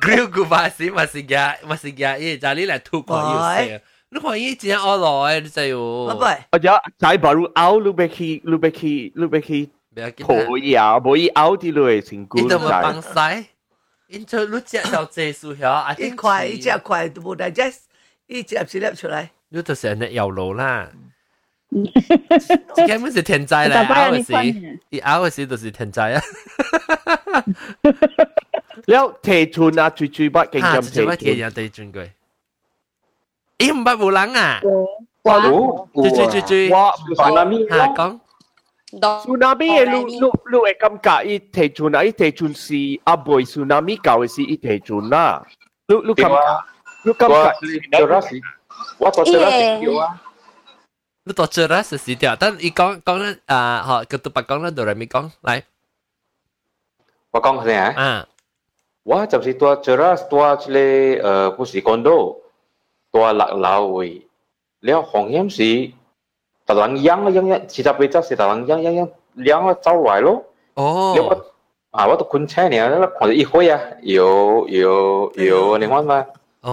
，grill 古巴色嘛是呀嘛是呀，一จากนี่来吐过一色，你看一今天我来，你知哟， Bye bye. เดี๋ยวใจบารูเอาลูกไปขี้ลูกไปขี้ลูกไปขี้ 不要紧 โถ，ยาวบ่อีเอาที่เลยสิงกู 你怎么 ใจ 帮晒？你就你只到这数晓，啊，一块一只块都冇 digest，一只是粒出来。你就是那油路啦。这根本是天灾啦， Dabei 阿 an 伟 die 是 Pfanne.，伊阿伟是就是天灾啊！ แล้วเทชุนอะจุยจุยบัดเก่ง 啊， จำ 这 เท 做乜 ชุน 嘢人对尊贵？伊唔捌无人啊！哦，有追追啊追追， ว่า 巴拿米哈讲懂 สุนามิเอลูลูลูเอกำกะอีเทชุนอะอีเทชุนสีอะบ่อยสุนามิเก่าสีอีเทชุนน่ะลูลู 对 กำกะ 啊， ลูกำกะ 我这拉是，我这拉是有啊，你到这啦是死掉，但伊讲讲咧啊，好，佢都白讲咧，哆来咪讲来我讲啥啊？啊，我就是ตัวเจอรัสตัวเชลเอ่อผู้สีคอนโดตัวหลักลาวเว้ยแล้วของเฮียมสีตะหลังยังยังยังสีจะไปจ้าสีตะหลังยังยังยังยังแล้วเจ้าไหวโลแล้วว่า 哦， อ่าว่าตัวคุณแช่เนี่ยแล้วขออีกคนอ่ะโยโยโยในห้องมา 哦，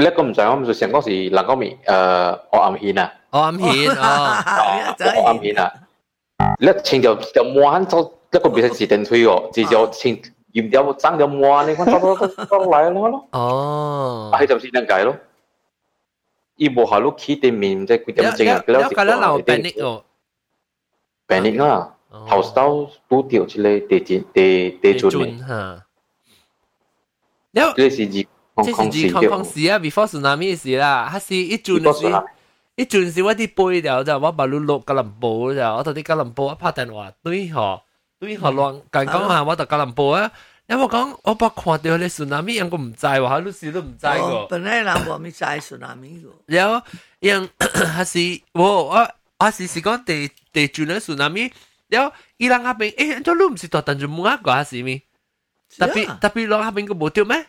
แล้วก็ไม่ใช่ว่ามันจะเสียงก็สีหลังก็มีเอ่อออมฮีน่ะ 哦，暗 显哦，真 ออมฮีน่ะแล้วชิงเดียวเดียวมัวหันเจ้าแล้วก็ไม่ใช่สีเต็นทุยอ๋อสีเดียวชิงยิ้มเดียวจังเดียวมัวในห้องเจ้าก็ก็ไหลแล้วเนาะ 哦，啊，迄阵时咱解咯。伊无效率起点面，即几点钟啊？了解了，老白你哦，病历啊，头到拄着即个地震地地震诶，哈，了。即是二这空是空二空事空着。事啊，before tsunami 嘅事啦，还是一轉嘅事，一轉是我啲背了就我把路落吉隆坡就，我到啲吉隆坡我拍電話對河對河浪，近講下我到吉隆坡啊，因為我講我把看到你 tsunami 人我唔知喎，你事都唔知個，本来人我咪在苏南米个，然後人還是我我我是是講地地轉嘅 tsunami，然後伊人阿邊誒，都你唔是大等住冇啊個還是咪？特別特別浪阿邊個冇掉咩？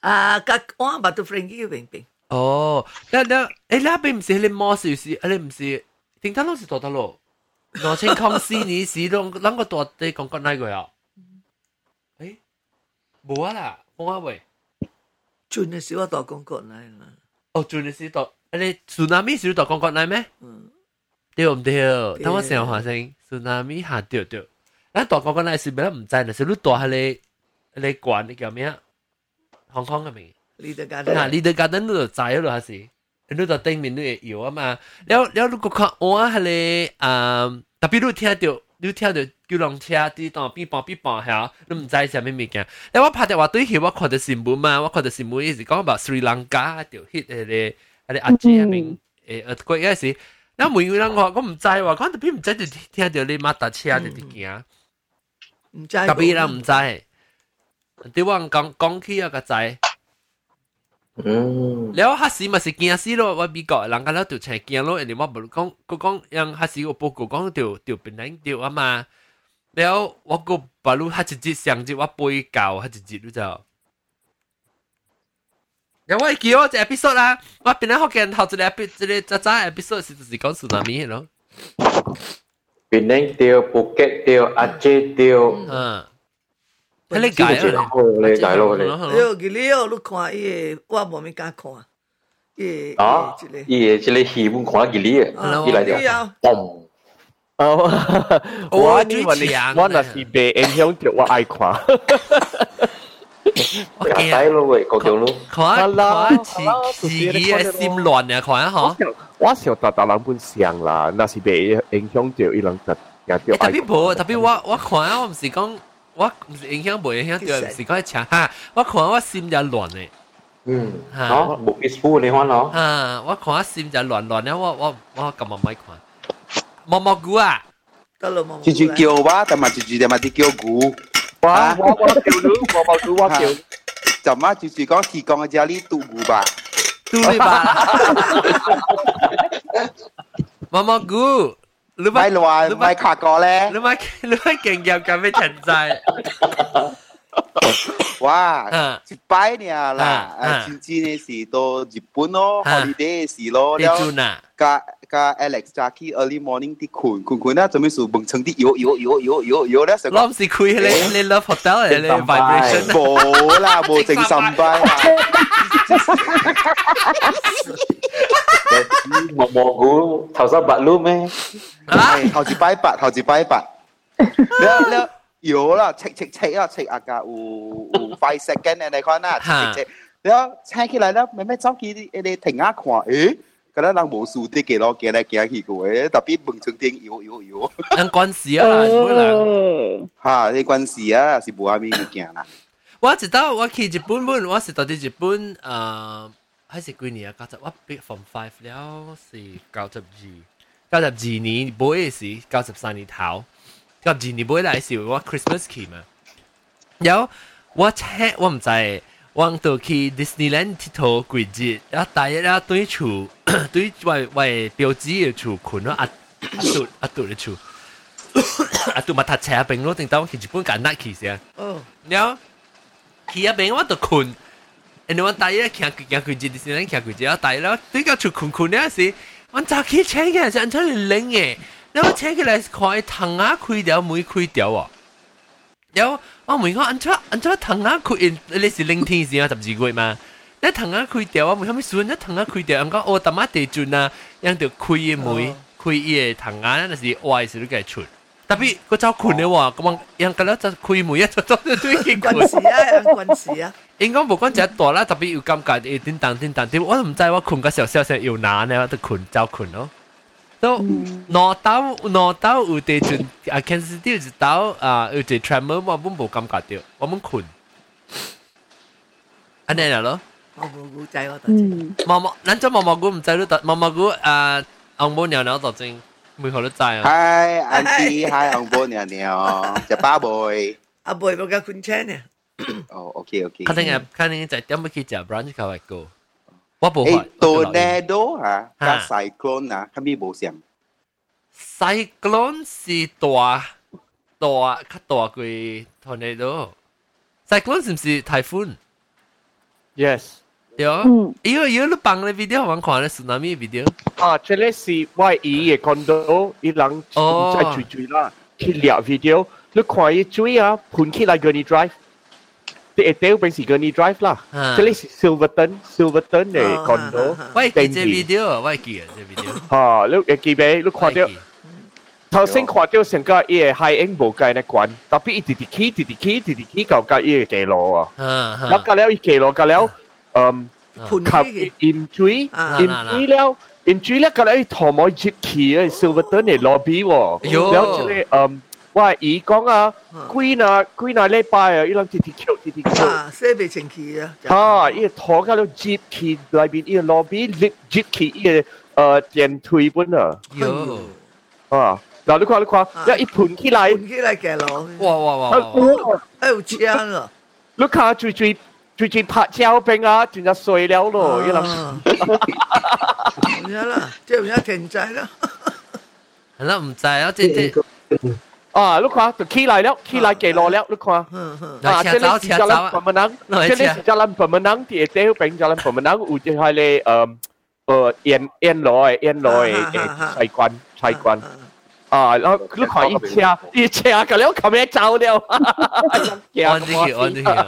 啊，甲我把都 Frankie 平平，哦，那那诶，那边唔是你摩少时，你唔是定得老是多得咯？羅清康斯尼是啷啷個多地講緊呢個呀？诶，冇啊啦，冇啊喂，真的是我大公公来啦。哦，做你是多，你 tsunami 是多講緊呢咩？嗯，對唔對？等我想下先，tsunami 下掉掉，那多講緊呢是咩？唔知呢，是你多係你你管你叫咩啊？香港嘅名。你得讲嗱，的，你哋家等你就知咯，還是？你就對面你會搖啊嘛。了了，如果看我係咧，嗯，特別你聽到，你聽到叫人車啲當邊幫邊幫下，你唔知啥物物件。你我拍電話對起，我看到新聞嘛，我看到新聞一直講話 Sri Lanka 就 hit 迄個迄個阿姐面誒 earthquake 嗰時，那每個人我我唔知喎，講特別唔知就聽到你馬達車就啲驚。唔知特別人唔知，對我講講起我個知。嗯， แล้วฮัสซีมาสิกินฮัสซีโลว่าบีเกาะหลังกันแล้วติวแชกินโลเอลิว่าบอกกงก็กงยังฮัสซีก็บอกกงติวติวเป็นนังติวอ่ะมาแล้วว่าก็บาลูฮัจจิสังจิว่าปุยเก่าฮัจจิรู้จักแล้วว่ากี่ว่าจะเอพิโซดละว่าเป็นนักฮอกเกนทาวจะเอพิจะจะจ้าเอพิโซดสิจะ讲สึนามิเนาะ 槟榔掉、布吉掉、阿姐掉， อ่าให้เล่นไก่ 知道你解咯你。哟，佢你哦，你看伊个，我无咪敢看，伊啊即个，，伊个即个戏本看到几哩个，伊来着，嘣， เอา โอ้ ว่าย นี่วันจุนี้ยเฉียง ว่าน่ะสิเบเอ็นเฮียงเดียวว่าไอขวา โอเค 解咯喂，高强咯， ขอขอฉีฉี嘅ซิมหลอนเนี่ยขอฮะ 我小达达人本上啦，那是被影响到伊人特也欸叫特别无，特别我我看啊，我唔是讲，我唔是影响，无影响到，其實唔是讲强哈。我看我心就乱诶，嗯，好，无 peaceful 你看咯，啊，我看我心就乱乱咧，我我我咁唔咪看。毛毛菇啊，得咯，冇住住叫吧，但嘛住住但嘛啲叫鼓，我我我叫你，我我叫我叫你，就嘛住住讲是讲嘅只呢度鼓吧，嘟你 吧。毛毛菇，你咪咪你话你咪卡過咧你，咪你咪勁入咁嘅存在哇啊，一擺呢啊啦啊，真真嘅事到日本咯啊，holiday 嘅事咯，你了做啊？加 กับ Alex จากที่ early morning ที่คุณคุณคุณน่าจะไม่สูบบึงเชิงที่โยโยโยโยโยโยแล้วสัก ล้อมสิคุยเลยเลย love hotel เลยเลย vibration โบล่ะโบเจงซัมบ้า หมอกหมอกกูเท่าซะบัดรูปไหม เท่าจีป้ายปะเท่าจีป้ายปะแล้วแล้วโยล่ะเช็คเช็คเช็คอ่ะเช็คอากาศอูอูไฟเซกันในข้อหน้าเช็คเช็คแล้วแช่ขึ้น来แล้วไม่ไม่จ้องกี้เดถึงอ่ะขวาเอ๊ะก็แล้วนางโบสูที่เกล้อเกล้อเกล้อขี้กูเอ๊ะแต่พี่บึงเชิงเตียงโยโยโย นั่งก้อนเสียอ่ะรู้หลัง ฮะใน关系啊是无阿咪物件啦我知道我去日本本，我是到底日本呃，还是几年啊？九十我 big from five 了是九十二，九十二年买的是九十三年头，九十二年买来是我 Christmas 去嘛。然后我切我唔知，我到去 Disneyland 佚佗几日，然后第一啊对厝 对外外表姊嘅厝困咯，阿阿杜阿杜嘅厝， 阿杜嘛搭车并咯，定到我去日本揀得去先。哦，了，去一边我就困，因为我第一行行佢只，第四日行佢只，我第一了，比較就困困呢時，我早起請嘅就出嚟冷嘅，然後請佢嚟看藤啊開掉每開掉喎，然後我問我安出安出藤啊開，你是冷天時啊十二月嘛？你藤啊開掉啊，問下咩算？你藤啊開掉，人講我他媽地轉啊，人就開嘅梅，開嘅藤啊，那是外時都計出。特別個周困你話，咁樣人咁樣就開梅一出都都都已經关事啊，人关事啊，应该无关只大啦，特别有感觉，诶，叮当叮当叮，我都唔知我困嘅时候，小声要拿呢，我都困就困咯。都挪到挪到有地阵啊，Kansas 有一到啊，有地 tremor，我本无感觉到，我们困。安尼啦咯，我冇古仔我得。嗯，毛毛，咱做毛毛菇唔知你毛毛菇啊，红毛鸟鸟到真，每号都知啊。嗨安迪嗨红波娘娘食饱未阿妹冇甲困醒呢，哦 OK OK 肯定系肯定就点不去食 brunch 咖啡糕，我无诶法。 ，tornado 啊，啊加 cyclone 啊，佢咪冇上 cyclone 是大大较大过 tornado。cyclone 是毋是台风？ Yes. 对哦嗯，伊个伊个你放咧 video 互阮看咧 tsunami video。啊，这里是我伊嘅 condo，伊人哦在追追啦，去掠 video，你看伊追啊，盤起來 Gurney Drive，你下底邊是 Gurney Drive 啦，啊这里是 Silverton，Silverton 嘅哦啊 condo，啊啊我会记这電視 video，我会記啊这 video。啊，你會記未？你我看會到記頭先看到成個伊嘅 high end 無計咧關，特別伊直直起，直直起，直直起到到伊嘅記錄啊，嗯然後嗯到了伊記錄到了，嗯。困 ขับ 起嘅， อินจุย อ่า อินจุยแล้วอินจุยแล้วก็เลยถอมอยจิตขี่ไอ้ซิลเวอร์เตอร์เนี่ยลอบบี้วะ โย่ แล้วจะเลยเอ่มว่าอีกองอ่ะ อ่า กุยนะกุยนะเล่ไปอ่ะอีหลังจิตที่เขียวจิตที่เขียว 啊，洗未清气啊， อ่าอีถอก็แล้วจิตขี่ไลบินอีลอบบี้ลิจิตขี่อีเอ่อเจียนทุยปุ่นอ่ะ 有 อ่าแล้วลูกค้าลูกค้าแล้วอีผุนขี้ไหล 困起来嘅咯，哇哇哇 เอา 哇 ลู 哇！ ก 哎有枪啊， ลูกค้าจุยจุยจุยจุยผัดเจ้าเป็นอ่ะจุนจะสวยแล้วโหลอีหลัง 啊，唔知啦，即係唔知天災啦，咱毋知啊，即即 อ่าลูกค้าตัวขี้ไหลแล้วขี้ไหลเกลอแล้วลูกค้า 嗯嗯，来车走车走啊 pemenang. Nói Cho nên chà. jalan pemenang thì teo bên jalan pemenang u je hai le um ờ yên yên lòi yên lòi À, à, à, à. chạy quan chạy quan ờ, à nó cứ khỏi ít xe ít xe cả léo cả mẹ cháu đeo Kìa, 按住去按住去啊。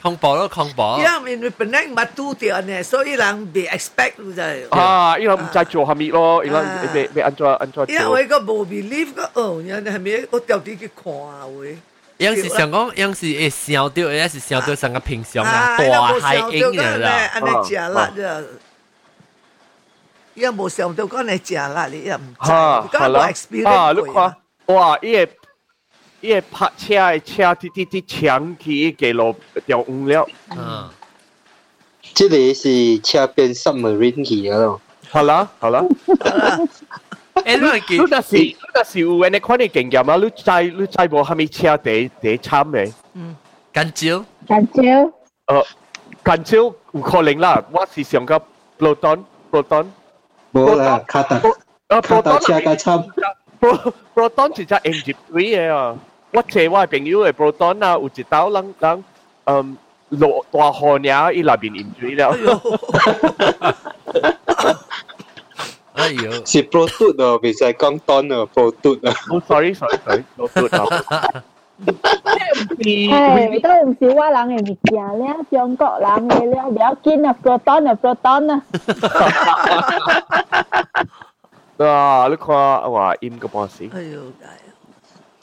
恐怖咯恐怖 因！為你本來冇拄到呢，所以人未 expect 就係。 à ý là chạy chỗ hàm ít lo ý là À. về về ăn cho ăn cho 因為 chỗ 我一個冇 believe ờ, 個，哦，你係咪我掉啲去看下會？有時想講，有時會笑到，有時笑到成個平常啊， 啊，大我海影嘅啦。安尼食辣啫。伊又冇想到講你食辣，你又唔知， ha 你 ha 講冇 experience 啊，你過看。，哇，伊个伊个拍车的车滴滴滴抢去给路掉红了，嗯，这里是车边 submarine 去了咯，好啦好啦。誒，你記你那是你那是有安尼款的经驗啊！你知你知無？虾米車第第慘的？緊張？感觉呃，近少有可能啦。我是上個 Proton Proton 无啦，卡达呃卡达车 Proton 架差， Pro- Proton 是只 engine 嘅啊。我坐我的朋友的 Proton 啊，有一道人人嗯落大汗呀，伊那边饮水了。哎呦，是 Pro t o o t 哦，未使讲 Don 哦，Pro t o o t 啊。 Oh sorry sorry sorry，落肚啊！系都唔是我人嘅物件咧，中国人嘅咧，不要紧啊，proton 啊，proton 啊，啊，你看哇，阴个半死。哎呦，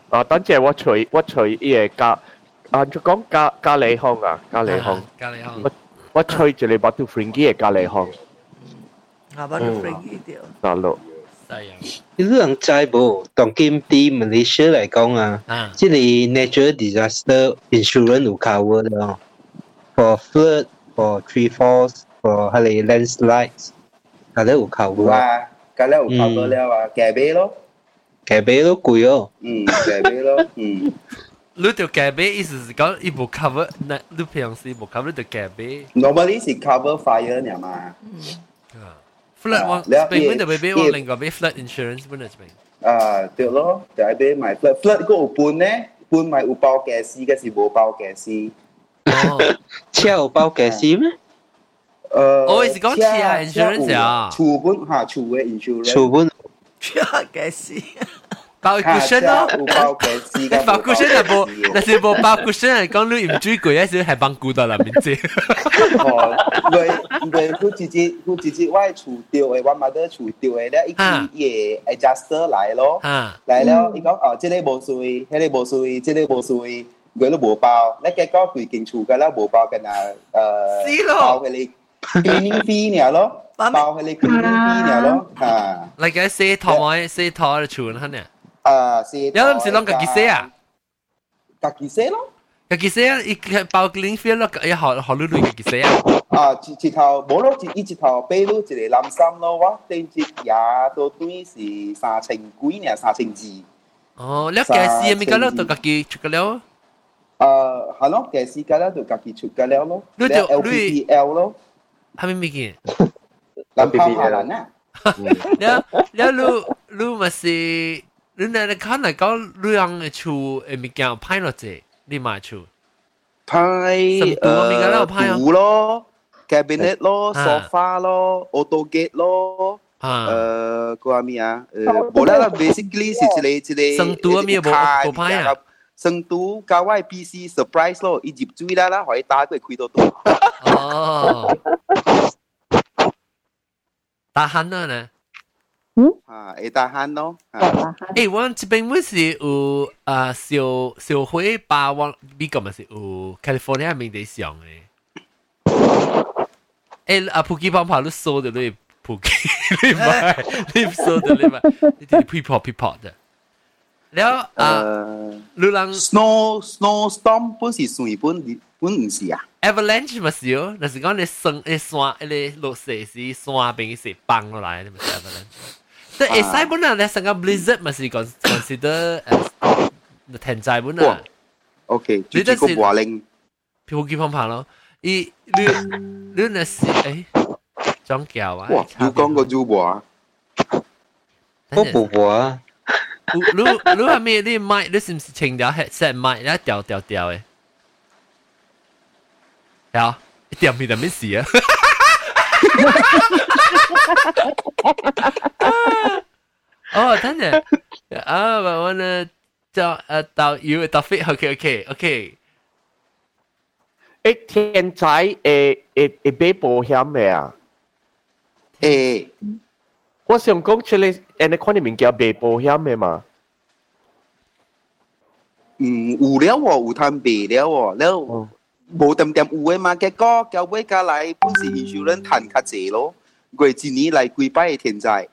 啊，等陣我除我除依個咖啊，就講咖咖喱香啊，咖喱香，咖喱香我我除一個把杜弗林基嘅咖喱香，阿爸都 free 一点，大陸西洋你人知無？當今啲 Malaysia 嚟講啊，啊即係 natural disaster insurance 有 cover 嘅哦，for flood, for tree falls, for 係嚟 landslides，係咧有 cover。哇，咁啊咧有 cover 了啊，咖啡咯，咖啡都貴哦，嗯，咖啡咯，嗯，你条咖啡意思是讲伊无 cover，那你平时无 cover 条咖啡 normally 是 cover fire 了嘛， flood 我了北边也的北边也我另个北 flood eh, insurance 本来是咩？啊，對咯，就喺邊買 flood flood 嗰有半咧，半咪有包嘅絲，嘅是冇包嘅絲，哦，車有包咖 À. 啡咩？誒，我是講車啊 insurance 啊儲本嚇儲嘅 insurance，全部要嘅事，包哎 cushion 啊咯車，有包嘅 絲，嘅包 cushion 系冇包无，但是无包 cushion 系讲你唔知贵，还是系帮古到啦面子。哦，佢佢佢直接佢直接我係除掉嘅，我 mother 除掉嘅咧，一啊啲嘢 adjuster 嚟咯，啊，嚟了伊講哦，即個無水，迄個無水，即個無水，佢都無包，你結果佢建厝噶啦，無包跟啊，死誒，咯包佢你 cleaning fee 爾咯，包包咩佢你 cleaning fee 爾咯，嚇，你讲洗头咪洗头就全肯呀？啊是，有唔是拢家己洗啊？？家己洗咯。家己洗啊，伊包 clean feel 咯，一学学女女家己洗啊。啊，一一头无咯，一一一头买到一个南山咯，我顶一夜都短是三千几呢，三千二。哦，了解是咪讲了都家己出个了？啊，系咯，其实噶啦，就家己出噶了咯，你就 LPPL 咯，还没没见。南泡下兰啊。 แล้วแล้วรู้รู้มาสิรู้ในละครไหนก็เรื่องชูเอ็มเกี่ยวไพ่หรอเจนี่มาชู 派什麼啊咪㗎啦有派啊誒咯，cabinet 咯啊，sofa 咯，auto gate 咯， อ่า 誒嗰個咩啊？哦誒，冇啦啦，basically 是一個一個生都啊咪有冇卡冇派啊然後生都加我 PC surprise 咯，伊入水啦啦，可以打佢開到度。 อ๋อตาหันน่ะนะ 啊，會打慳咯。啊好吧哈 เอ้ยวันที่เป็นวันสิอูอ่าเสียวเสียวหุยปาวันบีก็มาสิอูแคลิฟอร์เนียมีได้เสียงเลยเอ้ยอ่ะพูกี้พังพาลูกโซ่เดี๋ยวเลยพูกี้เลยมารีบโซ่เดี๋ยวเลยมานี่ที่พี่พอพี่พอเด้อแล้วอ่า 誒 รู้ลัง ，snow snowstorm 本是算本本唔是啊？ avalanche 嘛是哦，那是讲你山你山你落雪是山边是崩落来，你咪是 avalanche。但会使本来咧，成个 blizzard 嘛是 con- consider as 天灾本哇来， OK，你就這這是個話令飘起碰碰咯。伊你你那是诶，怎叫啊？哇，要講個要話。我不播啊，你你系咩？你麦你是不是清掉 headset 麦？你掉掉掉诶，掉一掉咪就咩事 啊？哦，等阵啊，我我呢叫呃导游导飞，OK OK OK，誒天災誒誒誒俾保險嘅啊！誒，我想講出嚟，誒你看你名叫俾保險嘅嘛？嗯，有了喎，有攤白了喎，了哦無點點有嘅嘛，結果交尾加來本是 insurance 賺較濟咯，過一年來幾擺嘅天災，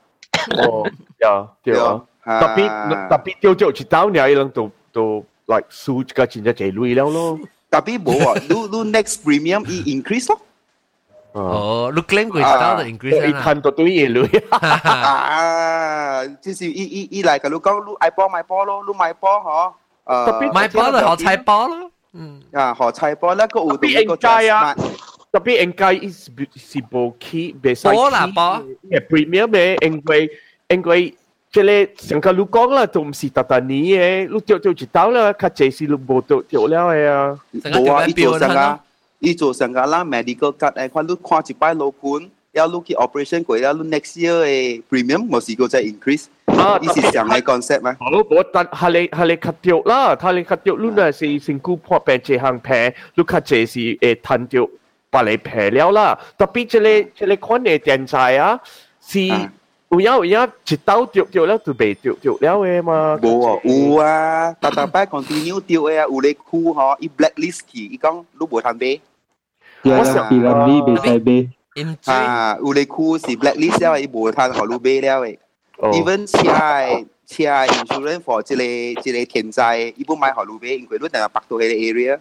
哦，呀，對啊，啊特別特別掉咗一刀鳥，伊人都都 like 輸個錢就濟累了咯。特別無 喎，你你 next premium 伊 increase 咯，哦，哦，你 Oh, language 到的 increase 伊啦，趁到對嘢累。啊，即是伊伊伊來甲你講，你愛波買波咯，你買波嗬，誒，买包了好菜包咯，嗯，啊，何菜波咧，個有同一個特別 enjoy 啊 adjustment 特別應該是是無起，袂使波啦波嘅 premium 嘅，因為因為即係上個你講啦，都唔是特特你嘅，你掉掉一刀啦，較濟是你無掉掉了嘅啊。成個條冇啊，街伊做標成啦啊，伊做上加啦 medical card Eh, 诶，看你看一摆老款，要你去 ya operation 过，要你 next year 诶 premium 冇試過再 increase，伊是上嘅 concept eh. 咩？好，我但哈利哈利卡掉啦，哈利卡掉，你那是辛苦破病这行平，你卡这是诶摊掉，把你平了啦。特别这里这里看你电台啊，是有影有影一刀掉掉了就被掉掉了诶嘛。冇啊，有啊，逐逐擺 continue eh, 掉诶啊，有咧酷吼，伊 ha, blacklist 去，伊講你冇通買。Ya, 我想比兰比比赛比，Ah. 啊，有咧酷是 blacklist ya, 了，伊冇通互你買了诶。Oh. 哦 even 车诶车诶 insurance for 即个即个天灾，伊冇買互你買，因為你等下北到迄個 area。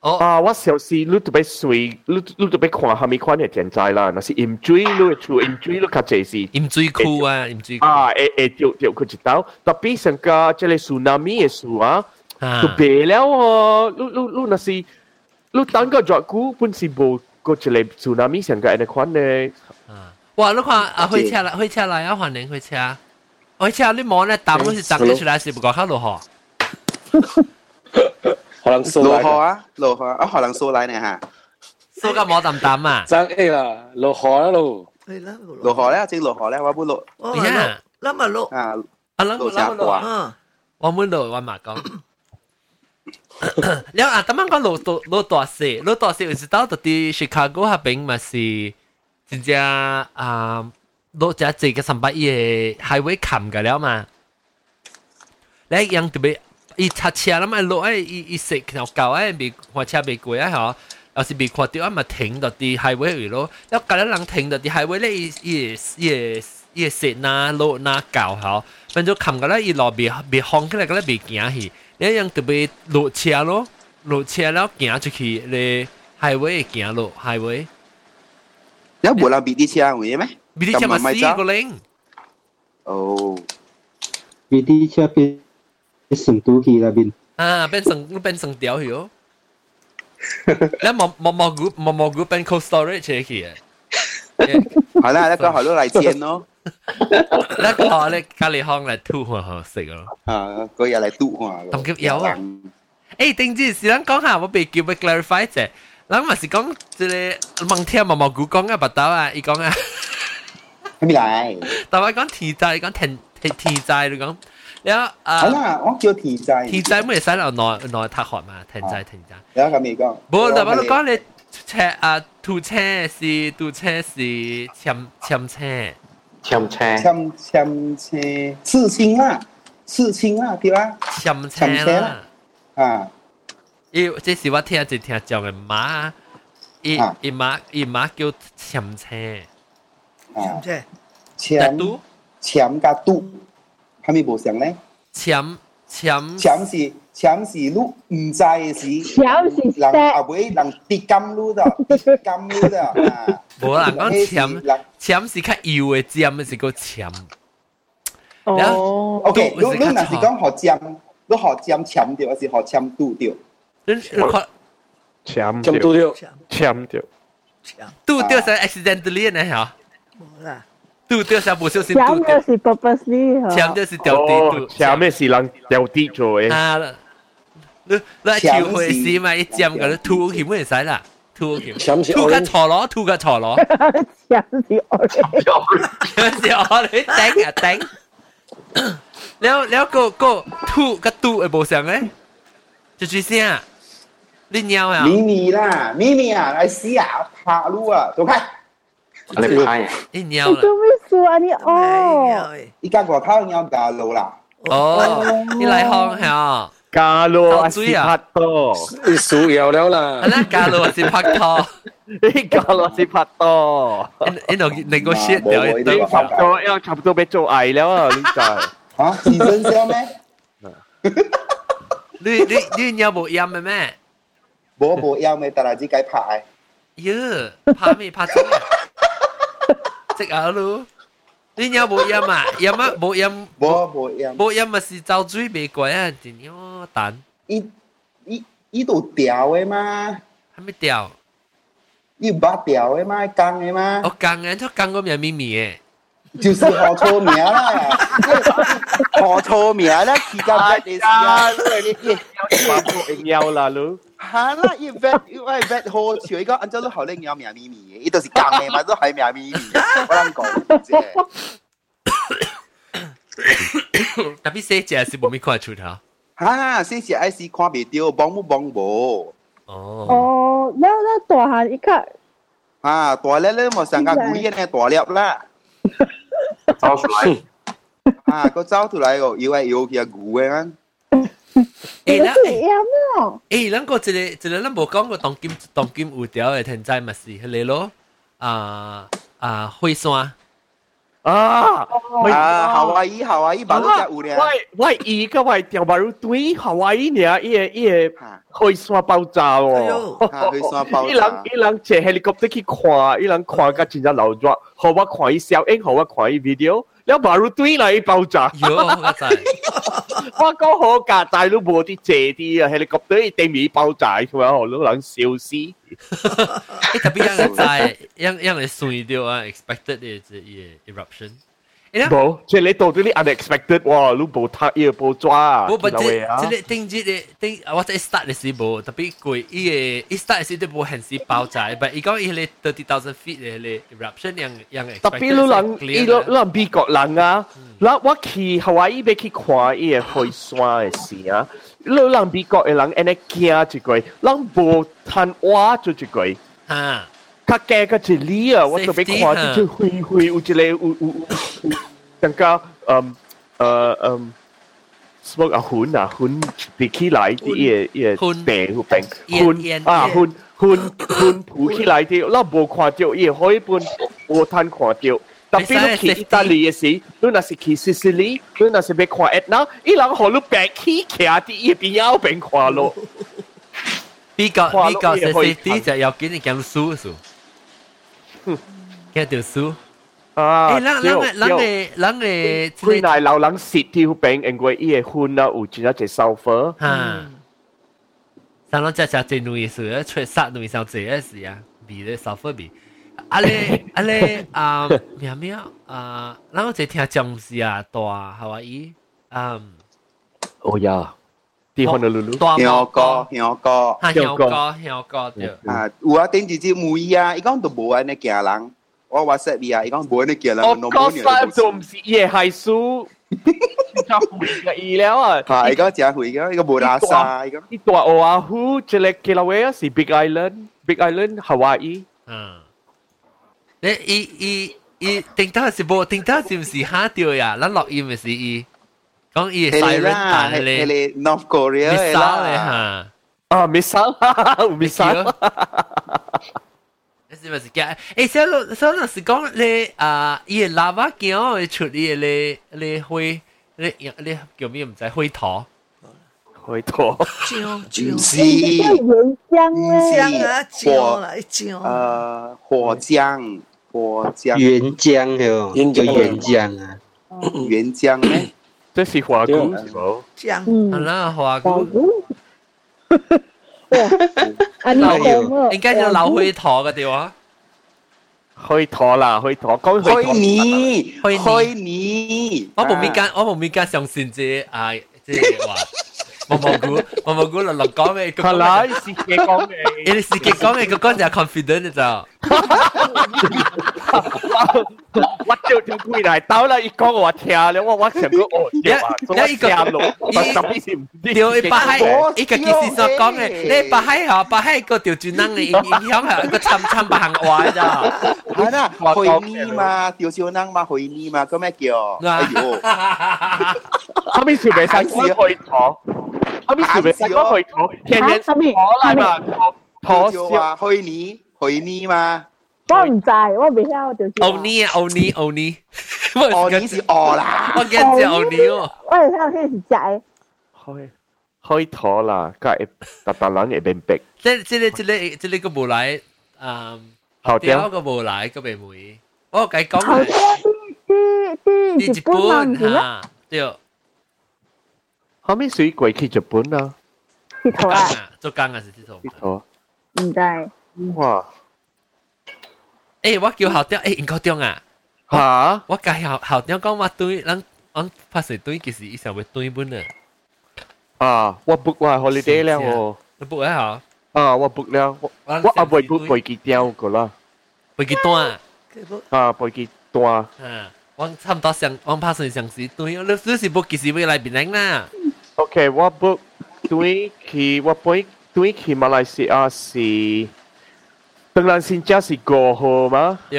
啊，我小时你特别水，你你特别看下面看嘅天灾啦，那是饮水，你会出饮水，你卡这是饮水库啊，饮水库啊，诶诶，掉掉佢一刀，特别上个即个 tsunami 嘅树啊，啊就白了哦，你你你那是你等个作古本是冇个即个 tsunami 上个安尼款咧，哇！你看啊，火车来，火车来啊，欢迎火车。火车你摸咧，打不是打不出来，是不搞卡落河。可能收來落雨啊，落雨啊，可能收來呢哈。收个摸淡淡啊。真 A 啦，落雨啦咯。系啦，落雨咧，正落雨咧，我不落。哦係啦，那么落啊，啊，咱落咱下咱落瓜。啊，我们落我嘛讲。 แล้วอ่ะตั้มก็โลโตโลตัวเสโลตัวเสอุจิตาตัวที่ชิคาโกฮะเป็นมาสิจริงๆอ่าโลจะเจอกับสัมปะเอไฮเวย์ขำกันแล้วมาแล้วยังจะไปอีทัชเชียแล้วมาโลไออีอีสิกเราเก่าไอบีหัวเชียบีกุยอ่ะเหรอเราสิบีควอติว่ามาถึงตัวที่ไฮเวย์อยู่แล้วแล้วกันแล้วหลังถึงตัวที่ไฮเวย์เลยอีอีอีอีสิกนาโลนาเก่าเหรอมันจะขำกันแล้วอีรอบีบีห้องขึ้นเลยก็เลยบีเกียร์หีแล้วยังจะไปโลเชียแล้ว 落车了，行出去咧，highway 行路，highway。有冇人俾啲車有嘢咩？俾啲車咪死一個零。哦，比第一车比成都去那边，啊，变成变成屌去哦。你毛毛毛股毛毛股变 cold storage 去嘅。好啦，那個好多嚟煎咯。那個我咧咖喱烘嚟吐下好食咯。啊，嗰日嚟嘟下。咁叫有啊？誒，定之是咱講下，我被叫被 clarify 啫。咱咪是講即個問聽毛毛股講啊，白豆啊，伊講啊。咩嚟？但係講天災，講天天天災，你講。然後啊。好啦，我叫田仔。天災咩使留內內塔學嘛？天災天災。有咁未講？冇，但係我講你車啊，吐車是吐車是簽簽車。簽車。簽簽車，刺青啦，刺青啦，對吧？簽車啦。啊，因為這是我聽一聽講嘅馬，伊伊馬伊馬叫簽車。啊，即係簽簽加嘟，係咪冇上咧？簽簽搶是搶是你唔知嘅事，搶是人石阿妹人跌金路的，跌金路的啊！冇人講那是簽簽是較幼嘅尖，是個簽。哦，OK，你你若是講學尖，你學尖搶掉，還是學尖嘟掉？你你看签簽到了签掉，吐掉是 accidentally 呢？嚇，冇啦，吐掉是無小心抢吐掉嘅。是 purposely 嗬，签就是掉地哦签咩是人掉地做诶？啊，你你跳回事嘛？一尖嗰啲吐起咩使啦？吐起，吐架錯攞，吐架錯攞，抢是 orange，有時我哋頂啊頂。แล้วแล้วก็ก็ทูกระตูไอ้โบเสียงเลยจะจีเสียลิ้นยาวอ่ะ 咪咪啦，咪咪啊，來死啊，拍路啊，走開！ ลิ้นพายลิ้นยาว 你 ละ 做咩事啊你哦？依家外口有教路啦， โอ้นี่ไรห้องเหรอ 加罗阿水斯啊帕 多，输有了啦 อันนั้นกาโลอาสิพักทอ 加罗阿斯帕多， ไอ้หนู negotiate เดี๋ยวไอ้ตึ้ง 差不多要差不多被做矮了啊，你仔。啊，自身銷咩？你你你有冇飲嘅咩？冇冇有咪突然之間拍 เยอะพาไม่พาจริงอะจิกเอาลูนี่ยังบ่ยำอ่ะยำอ่ะบ่ยำ บ่บ่ยำ บ่ยำมันสิเจ้าจุ้ยไปกว่าอ่ะจริงอ๋อตัน 伊伊伊都掉的嘛，还没掉伊把掉的嘛，講的嘛我，刚刚就刚过面秘密诶就是學錯名啦，學錯名啦，起家哎的呀事啊，你你要啦，卢。哈啦，一 vet 一 vet 好笑，一个按照都好靓要喵咪咪，伊都是讲的嘛，都还喵咪咪，我啷讲啫？ tapi saya je si bumi kuat cuta. 哈，先是爱是看袂到，帮不帮无？哦，哦，แล้วแล้วตัวหาอีกค่ะ 啊，大了了，冇上个古嘢呢，大了啦，走出来，啊，个走出来哦，摇来摇去啊，古嘅啊，诶，咱 เอี่ยมเนาะ 诶，咱个一个一个咱无讲过当今当今有条诶天灾嘛是迄个咯，啊啊，火山啊，啊，夏威夷，夏威夷，把都只有咧，我我伊个我掉马路对，夏威夷尔伊个伊个海山爆炸哦，海山爆伊人炸，伊人坐 helicopter 去看，伊人看甲真正流热，互我看伊小影，互我看伊 video，了马路对来爆炸，哟，我知，我讲好架大都无啲坐啲啊，helicopter 伊对面爆炸，同埋互老人笑死，诶，特别让人知，让让人算到啊，expected 诶，即个 eruption。 无，即你到底你 unexpected 哇，你无塔伊无抓，我不知知，即个顶即个顶，我在 à, start 嘅時冇，特別貴，伊嘅伊 start 嘅時都冇限時爆炸，但伊講伊咧 thirty thousand feet 嘅咧 eruption 樣樣 expected。特別你人，啊伊都人美國人啊，嗯嗱我去夏威夷要去看伊個海山嘅事啊，你人美國嘅人安尼驚一句，人無趁我做一句，啊，較驚個一里啊，我特別看即隻灰灰有一個有有有有，更加嗯呃嗯。smoke 啊燻啊燻跌起來啲嘢嘢病好病燻啊燻燻燻蒲起來啲，嗱無看到嘢可以半無攤看到。特別你去意大利嘅時，你若是去 Sicily，你若是要看 Etna，伊人何你病起徛啲一邊有病看咯。比較看比落較去可以 safety 就要見你驚輸輸，驚到輸。啊，誒，人人嘅人嘅人嘅，佢乃老人舌條病，因為伊嘅燻啊有真一隻 sulfur。啊，三老只只最容易輸，出殺容易上最嘅事啊，比咧 suffer 比。啊咧啊咧啊，喵喵啊，然後就聽講是啊，大夏威夷，嗯。哦呀，啲 Honolulu。香港，香港，啊，香港，香港对，啊，有啊，顶一只梅啊，伊讲都无安尼惊人，我 WhatsApp 伊啊，伊讲无安尼惊人， Of course lah，仲唔是伊係係 輸，真係回嘅伊了啊！係，伊講真回嘅，伊講無垃圾，伊講呢個奧阿胡，即係幾耐位啊？是 Big Island，Big Island Hawaii。嗯，你伊伊伊定得是无定得是毋是吓着呀？咱录音的是伊讲伊的 siren 弹的咧，迄个 North Korea 你嘅杀的啦，哈，啊，未生， 未生。你是毋是假？诶，小老小老是讲咧啊，伊的喇叭镜会出伊的咧咧灰咧咧叫咩毋知灰土，灰土，唔是原浆唔姜啊，是姜火啦，姜。呃火浆，火浆，原浆哟，原叫浆原浆啊，原浆咧，即是華姑是冇？姜，Ừ. 好啦，花保菇。护。อันนี้ 老 เต็มเลย 应该叫老灰土嘅对哇，灰土啦，灰土，講灰開土。你，開你開你，我冇咪间，我冇咪间相信啫啊，即系话毛毛菇，毛毛菇落落讲嘅，係啦，是嘅講嘅。你哋自己讲嘅个讲就 confident 就，我照條攰嚟兜啦，一講我聽了，我我成個哦，一一個特別是唔知。掉一把海，一个其实所讲嘅，你把海嗬，把海个掉转năng 嘅影响系个参参白行话咋，係啦，開你嘛，吊小能嘛，開你嘛，咁咩啊叫？哎呦！ 他们是未使讲回头，他们是未使讲回头，天天 ทำไม 拖来嘛，好拖笑拖啊！笑。去你去你嘛， ว่าไม่ใจว่าไม่เท่าเดี๋ยว 欧尼啊欧尼欧尼， 哦我你是哦啦，我惊只欧尼哦， ว่าไม่เท่าที่สิใจ 开开拖啦，加一达达人一边逼，即即你即你即你个冇来，嗯，哦好掉掉。个冇来个未会，我计讲 เขา 嚟。 เที่ยวที่ที่ที่ที่ญี่ ญี่ ปุ่นมั ปุ่นนสินะ ฮะเดี๋ยว 后面谁鬼去日本啊？ ที่ จุกังอ่ะจุเท่าอ่ะ啊กังอ่ะสิที่สอง 去拖 ไม่ใจ 哇 เอ้ยว่าเกี่ยวหาวเตี้ยเอ้ยอิงเขาเตี้ยงอ่ะ 吓！ ว่าก่ายหาวหาวเตี้ยงก็มาตุ้ยแล้วอันภาษาตุ้ยกี่สิอีสาวไปตุ้ยบุญเนี่ย 啊，我 book 我 holiday 了哦， แล้วปุ๊บเหรอ อ่าว่าบุกแล้วว่าเอาไปบุกไปกี่เดียวก็ละ ไปกี่ตัว อ่าไปกี่ตัว อ่า啊我差唔多相，我拍算相似对，你你是不其实未来变人啦。 โอเคว่าบุกตุ้ยขี่ว่าไปตุ้ยขี่มาเลเซียสิตั้งแต่สินเจ้าสิโกโฮมั้有，ย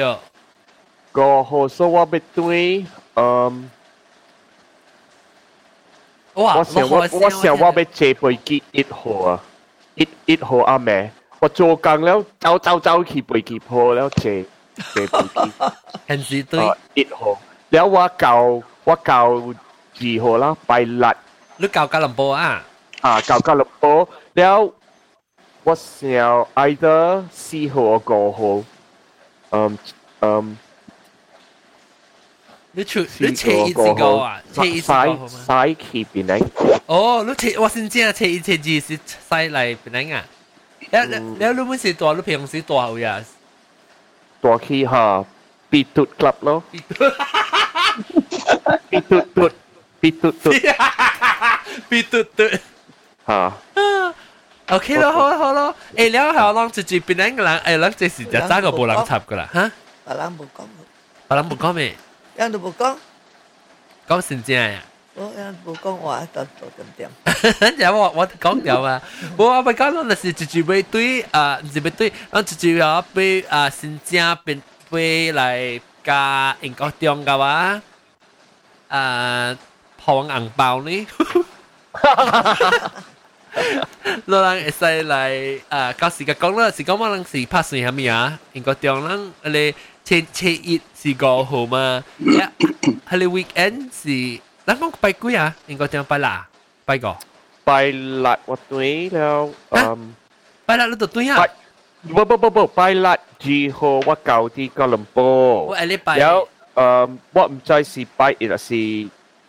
ก็โหสว่าไปตุ้ยเอ่อ 哇 ว่าเสียงว่าว่าเสียงว่าไปเจ็บไปกี่อิดหัวอิดอิดหัวอาแม่ว่าโจกังแล้วเจ้าเจ้าเจ้าขี่ไปกี่โพแล้วเจ็บเจ็บไปกี่ 很是 เอ่ 对 อ。อิดหัวแล้วว่าเก่าว่าเก่าจีหัวละไปหลัด 你搞吉隆坡啊？ อ่าเก่าเก็ลบโปแล้วว่าเสียว either สีหัวก็หัวเอ่อเอ่อ 你出你车一次高啊？车一次 ซ้าย 高好吗？ ซ้ายขี่ไปไหน 哦，你车我先知车一车二是西来变人啊。แล้วแล้วรู้มั้สิตัวรู้เพียงสิตัวเอาอย่า ตัวขี่ห่าปีตุดกลับแล้วปีตุดตุดปีตุดตุด ปีตุดตุด ห่า โอเคแล้ว好好咯เอ้แล้วเขาลองจุดจุดเป็นนั้นกันละเอ้แล้วจะสิจะจ้างกับโบราณทับกันละฮะ bà lăng bố con บาลังบุกก็ไม่ em được bố con ก็สินเจีย bố em bố con hòa tận tổ tận tiệm 就我我讲掉嘛，我我咪讲，我就是直接被对啊，直接被对，我直接要被啊新疆被被来加英国中嘅话，啊破王硬包呢， 老人會使來啊，到時嘅講啦，是講我人是拍算係咪啊？英國中人你七七一是五號嘛？係你 weekend 是，咱講拜幾啊？英國中拜啦，拜個。 ไปหลัดวันนี้แล้วเอ่อ ไปหลัดรู้ตัวตุ้ยอ่ะ บ่บ่บ่บ่ไปหลัดจีโฮว่าเก่าที่กัลมโป ว่าอะไรไป แล้วเอ่อว่าไม่ใช่สิไปอีกสิ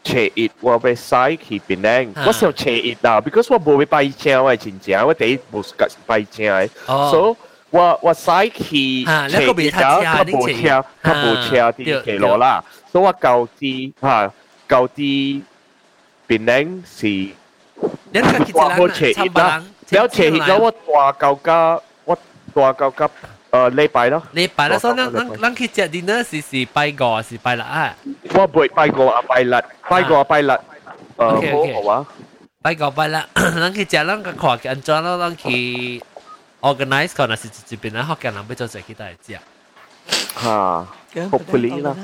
เชอิดว่าไปซ้ายขี่ไปแดง อ่า ว่าเสียวเชอิดอ่ะ because ว่าบ่ไปไปเชียงไว้จริงๆว่าแต่บ่สกัดไปเชียงไว้ อ๋อ so ว่าว่าซ้ายขี่ อ่าแล้วก็ไปทัดเชียร์ ขับ นี่ บู เฉย เชียร์ขับบูเชียร์ที่ เดี๋ยว เขโลล่าเพราะว่าเกาจีฮะเกาจีเป็นแรงสี เดี๋ยวก็กิจ ว่า ลัง โคเชียร์อีกนะแล้วเชียร์อีกแล้วว่าตัวเกาก็ว่าตัวเกาก็เออเล่ไปเนาะ เล่ไปแล้วโซนนั่งนั่งนั่งคิดจะดินเนอร์สิสิไปก่อนสิไปละอ่ะ ว่าบุยไปก่อนไปลัดไปก่อนไปลัดเออ โอเค โม โอเค เหรอวะ ไปก่อนไปละ นั่งคิดจะนั่งก็ขอกันจอนแล้วนั่งคิด organize ก่อนนะสิจิเป็นนะฮอกกันนั่งไปจอดใจคิดได้เจ้า ฮะขอบคุณลีนะ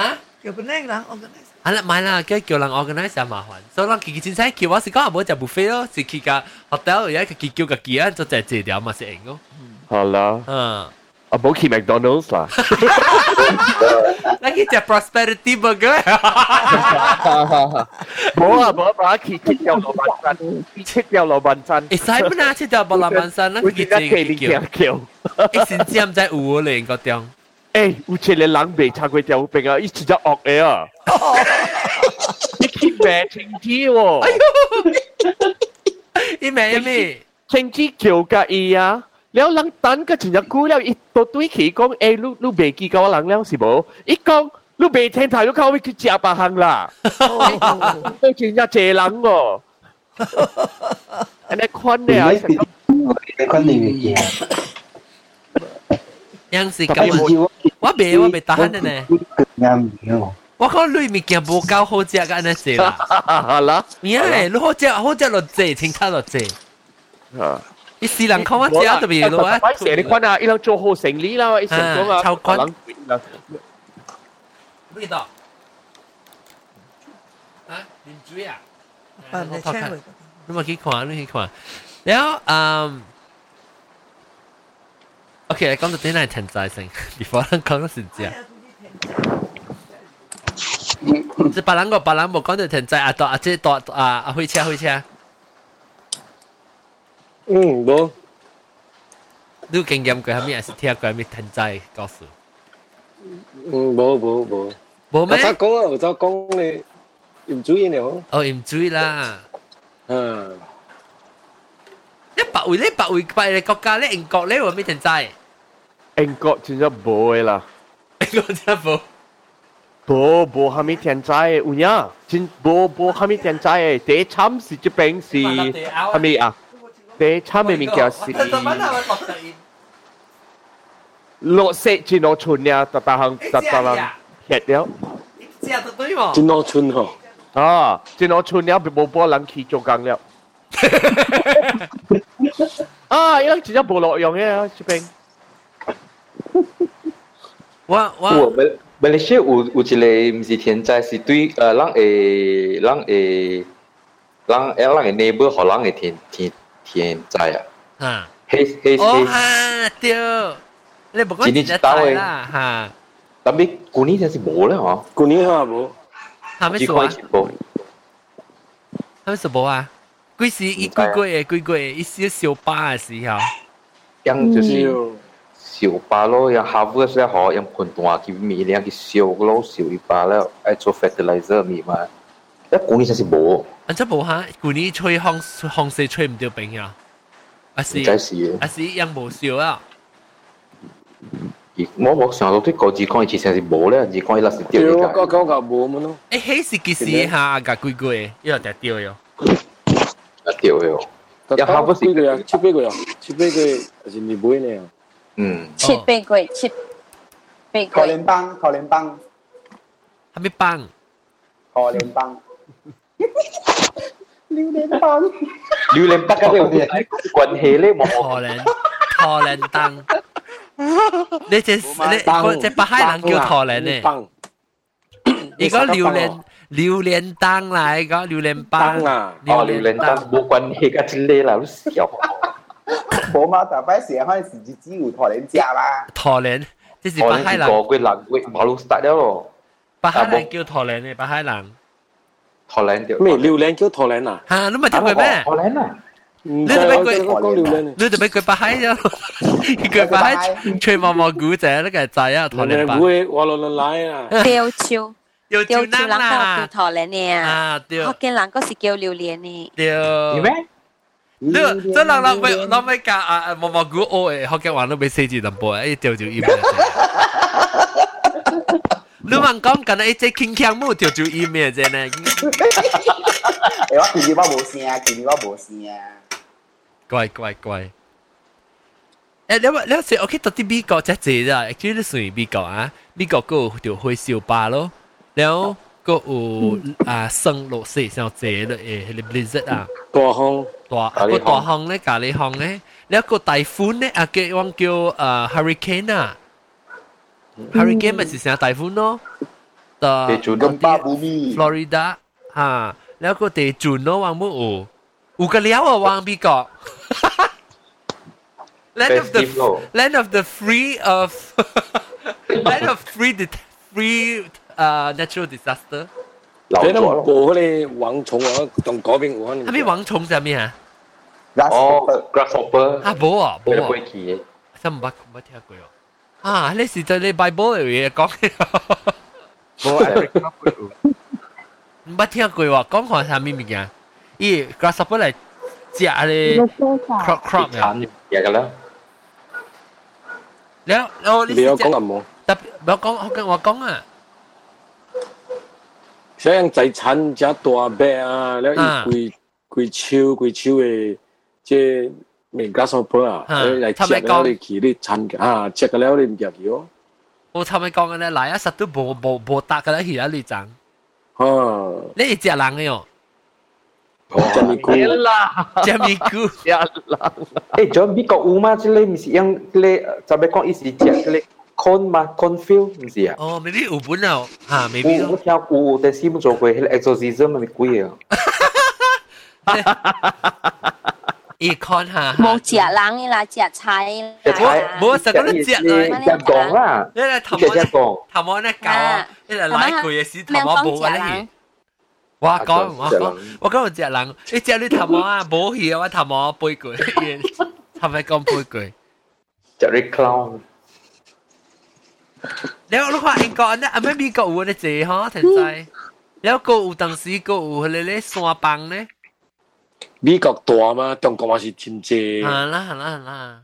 hả kiểu bên này là ông cái này อันละไม่ละก็เกี่ยวกับ organize จะมาหันโซนนั่งคิดจริงใช่คิดว่าสิก็ไม่จะบุฟเฟ่ต์สิคิดกับ hotel หรือยังคิดเกี่ยวกับกี่อันจอดใจเจียวมาสิเองก็ ฮะแล้ว อ่า อ่ะโมขี่แมคโดนัลด์ล่ะ แล้วคิดจะ prosperity burger บ่อ่ะบ่บ่ขี่ชิดเดียวโรบันซันขี่ชิดเดียวโรบันซัน ไอ้สายมันน่าที่จะบอลลามันซันนั่งกิจ 我覺得可以 เกี่ยว 領教 ไอ้สินเจียมใจอู๋เลยก็เตียง 诶，有一个人未插过条柄啊，伊直接恶嘅啊！ 你去咩清子喎？伊咩咩？清子叫甲伊啊！了人等个前日久了，伊都对佢讲：诶，你你未记到我人了是无？伊讲你未听台，你靠我去食别项啦！你前日坐人喎，安尼款咧啊！看你嘅嘢。 ยังสิกับมันว่าเบว่าเบตาฮันเนี่ย 啱嘅喎。 ว่าเขาลุยมีเกี่ยวกับเก้าหัวเจ้ากันนะเจ้า 好啦， เนี่ยลูกหัวเจ้าหัวเจ้าหลุดเจ้ทิ้งท่าหลุดเจ้อีสี่หลังเขาว่าเจ้าตัวเองรู้ว่า 我睇成你款啊，伊人做好生意啦，伊成功啊，超宽味道啊，林追啊， bà này thoát che khỏi. rồi 那么去看，你去看。แล้วอืมโอเค講到啲係停滯性，before 講到先知啊。即白蘭個白蘭冇講到停滯啊，到啊即到啊啊開車開車，嗯，冇，你有經驗佢係咩？是聽佢係咩停滯告訴？嗯，冇冇冇，冇咩我再講啊，我再講你，唔注意了，哦，唔注意啦。嗯，你白會咧白會白你國家咧英國咧會咩停滯？英國真係冇嘅啦。英國真係冇。无无虾米天灾诶，有影真无无虾米天灾诶。第一惨是即边是虾米啊？地差明明叫是怎么那么搞声音？绿色只攞村呀，特特行特特行吃了这样的对吗？真攞村吼，啊，只攞村了，冇波人去做工了。啊，依家直接冇落用嘅，出兵。我我马马来西亚有有一个唔是天灾，是对呃，咱诶，咱诶，咱诶，咱诶 neighbor 和咱诶天天天灾啊，啊，迄迄哦迄，哈，对，你不过今年一隻一打仔位啦，哈，特别旧年真是无咧吼，旧年哈无，他们只说看啊全，部，他们说无啊，几时一唔知啊几贵的几贵的，一小小巴的时候，啊样就是嗯小巴咯，样 harvest 咧吼，样盆大去米咧，去烧咯，烧一巴咧，爱做 fertilizer 米嘛，一旧年真是无，啊，这无哈，旧年吹风风势吹唔到冰啊，啊是唔知是啊是一样无少啊，我我上到对高只看，其实是无咧，只看伊那是掉对一我个我。感觉无么咯，诶，迄是几时的哈，啊个贵贵的，要得掉哟，啊对哦，要哈不几个呀，七八个呀，七八个还是你买呢？嗯，七八月，七八月。可怜帮，可怜帮，还没帮，可怜帮，榴莲帮，榴莲北嗰啲關係咧冇可能可能当，你这你我这北海人啊叫可能呢。棒，你讲榴莲榴莲蛋啦，你讲榴莲棒蛋啊哦榴莲蛋冇關係噶，真叻啦，好笑。我嘛，大摆时开始就只有可怜食嘛，桃莲，这是我北呢海哦是人，個鬼南鬼馬路 start 咗咯，北海啊人叫桃莲的北海人。荷蘭掉。咩榴蓮叫荷蘭啊？哈，你冇听过咩？荷蘭啊，唔你知做我咩我講榴鬼蓮？？你做咩鬼北海人？佢北海吹毛毛鼓仔，你个仔啊，桃榴莲蓮棒。會我榴蓮奶啊，吊桥，吊吊桥人啦叫桃莲呢啊对福建人嗰时叫榴莲呢。对。你真人浪费浪费架啊啊毛毛鼓哦诶，福建话都俾四字淡薄，一掉就音。你问讲近日一只轻轻舞掉就音咩啫呢？诶，我见你我冇声，见你我冇声。乖乖乖。诶，你話你話我去到啲美國只字啦，actually 你算美國啊，美國嗰個就去小巴咯，然後嗰有啊生綠色像這咧誒，你 er blizzard 啊，大風大咖喱個巷大巷咧，咖喱巷咧，然後個大風咧，啊嘅往叫啊 eh, hurricane 啊，hurricane 咪是成大風咯，啊地震咯 Florida 啊，然後個地震咯，往冇有，有個了啊，往美 國。Land of the Best team law. land of the free of land of free det- free uh natural disaster。老你都啊咗咯。冇嗰啲蝗蟲啊，同嗰邊玩。他咪蝗虫上面啊？哦，grasshopper，啊冇啊佢哋冇背啊，起嘅，真唔捌冇乜聽過哦。啊，呢時就你 Bible 嚟嘅講，冇哦 Africa 唔捌聽過喎。講看下咩物件？咦，grasshopper 嚟食你 crop crop 啊？慘嘢㗎啦。你我呢你有時講特啊冇？別我講我跟我講啊，小人仔產只大白啊，了啊伊规规手规手的即美加索坡啊，啊你来差不接多講了你去你產嘅啊，接嘅了你唔入去哦。我頭咪講嘅咧，嗱一實都冇冇冇搭㗎啦，而家呢陣哦，你係隻人嘅喎。哦真係嘢酷，啦， Jammy Goo 嘢啦，誒，哎仲美國有嘛？即係唔是樣？即係就咪呃講一時食即係 con 嘛，con feel 唔是啊？哦，maybe 有本啊，嚇我，maybe 咯，我聽有，但是冇做過，係 exorcism 咪鬼啊！伊看下，冇食人嘅啦，食菜嘅食啦菜，冇成個都接來一講啦，你嚟一頭隻毛講。頭毛咧教，你嚟拉佢嘅屎頭咩毛方冇食啊人你。？我講我講我講有隻人，你隻你頭毛啊冇去啊，我頭毛背 佢，係咪講背佢？ Jerry Clown，你你看英國咧，阿咩美國有咧濟呵，天仔，有個有當時個有你咧山崩咧，美國大嘛，中國嘛是真濟。係啦係啦係啦，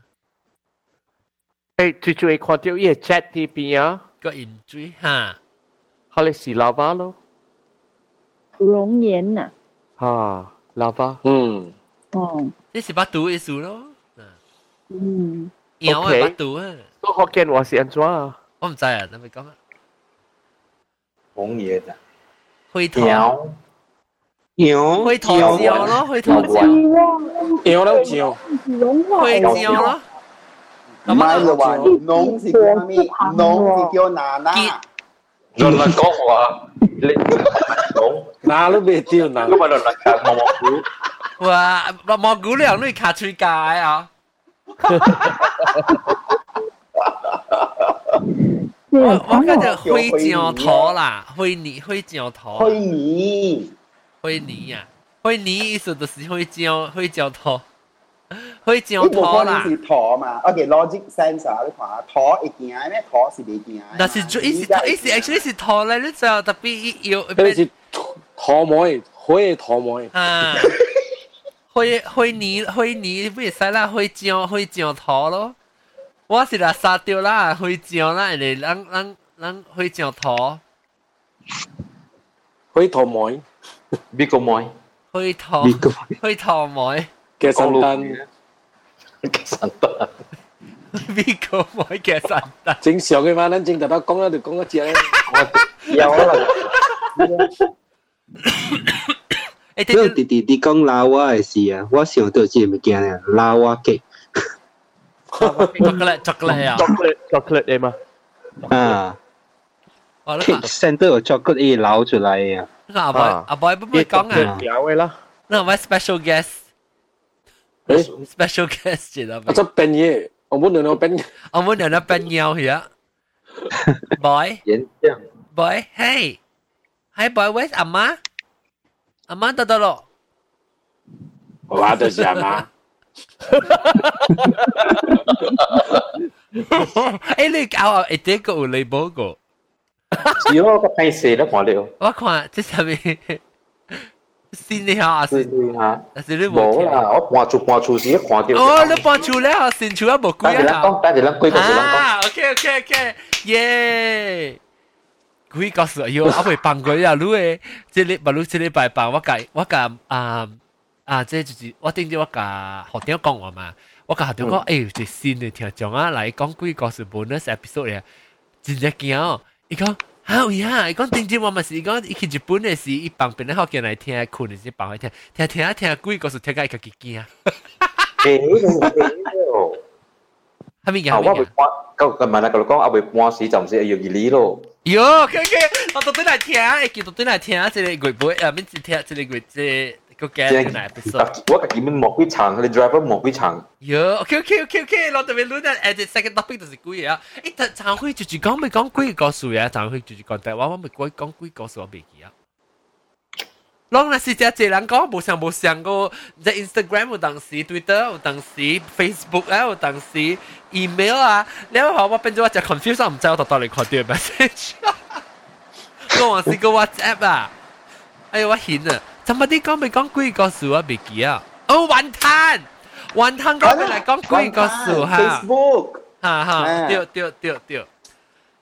誒，最最看到依個 chat 呢邊啊，個鹽水嚇。佢哋是喇叭咯，龙岩呐，啊，喇叭，嗯，哦，这是把赌的输咯，嗯，赢我 Okay 把赌啊，都福建话是安怎啊？我唔知啊，你咪讲啊，红嘢咋？灰头，鸟鸟灰头椒咯，灰头椒，有了酒，灰椒咯，唔係就話農是叫咩？農是叫哪哪？人哋講話，你講哪都未掉哪。咁咪人哋講毛毛菇，哇，毛毛菇两类卡吹街啊，嗯我我看到灰椒头啦，灰泥灰椒头，灰泥灰泥呀，灰泥意思就是灰椒灰椒 头，灰你椒头冇可啦能。是駝嘛？OK logic sense 啊，你睇下駝會行嘅咩？駝是未行嘅。那是就一是一是 actually 是拖来，你知道特别一有这是桃梅，灰桃梅。啊，灰灰泥灰泥不会使啦，灰浆灰浆拖咯。我是来杀掉啦，灰浆啦，你人人人灰浆拖，灰桃梅，邊個梅？灰拖灰拖梅，嘅神講丹，路嘅神丹， 邊個梅嘅神丹？正常嘅嘛，咱正大家講啦，就講一隻咧。有可能。不过弟弟你讲老蛙的事啊，我想到这物件咧，老蛙 cake ，chocolate chocolate 啊， chocolate chocolate 的嘛，啊我咧，cake center 有 chocolate 一捞出来的啊，阿 boy 阿 à, boy 不咪講啊，有嘅啦，那我 special guest 诶 special guest 知道我做半夜，我冇能量半夜。我们两个朋友呀，boy 演讲 boy hey hi boy where's 阿妈？阿妈得得咯，我就是阿媽，哎你搞啊，一啲个有 label 个，只要個平時都看到，我看这上面先你好啊，對對啊，是你冇冇聽啦，我搬出搬出時看到。哦你搬出嚟啊，先出一冇但係鬼人啊講，，但係人鬼個人講。啊 OK OK OK，耶！鬼告诉哟，阿未放过呀，你诶，这里不如这礼拜放我甲我甲啊啊，这就是我顶着我甲学长讲话嘛，我甲学长嗯讲，哎诶，这新的听众啊来讲鬼故事 bonus episode 咧，真正惊哦，伊讲。啊有呀！伊讲顶日我嘛是伊讲伊去日本诶时，伊放边咧好见来听，困诶时放来听，听听啊听，鬼故事听甲伊家己惊，诶，哦，虾米嘢？啊，虾米我嘢未？搬，咁咁咪啦，佢講我未搬時就唔是要二厘咯。哟，OK OK，我到底来听，会记到底来听，这个月尾啊，免只听这个月这个即 get 哪 episode？係我自己摸幾層，你 driver 摸幾層，哟，OK OK OK OK，我特别论啊，诶，这 second topic 就是鬼啊，诶，但常会就是讲咪讲鬼故事呀，常会就是讲台湾我咪鬼讲鬼故事我未记啊。啷那是只这人讲无想无想过，在 Instagram 有当时，Twitter 有当时，Facebook 啊有当时，email 啊，然后我变做我只 confuse，我唔知我到底嚟看啲 message。我还是个 WhatsApp 啊，哎呀我闲啊，怎么啲讲咪讲鬼故事啊，未记啊？哦，雲吞，雲吞講咪嚟講鬼故事哈， Facebook 哈哈，啊對對對對，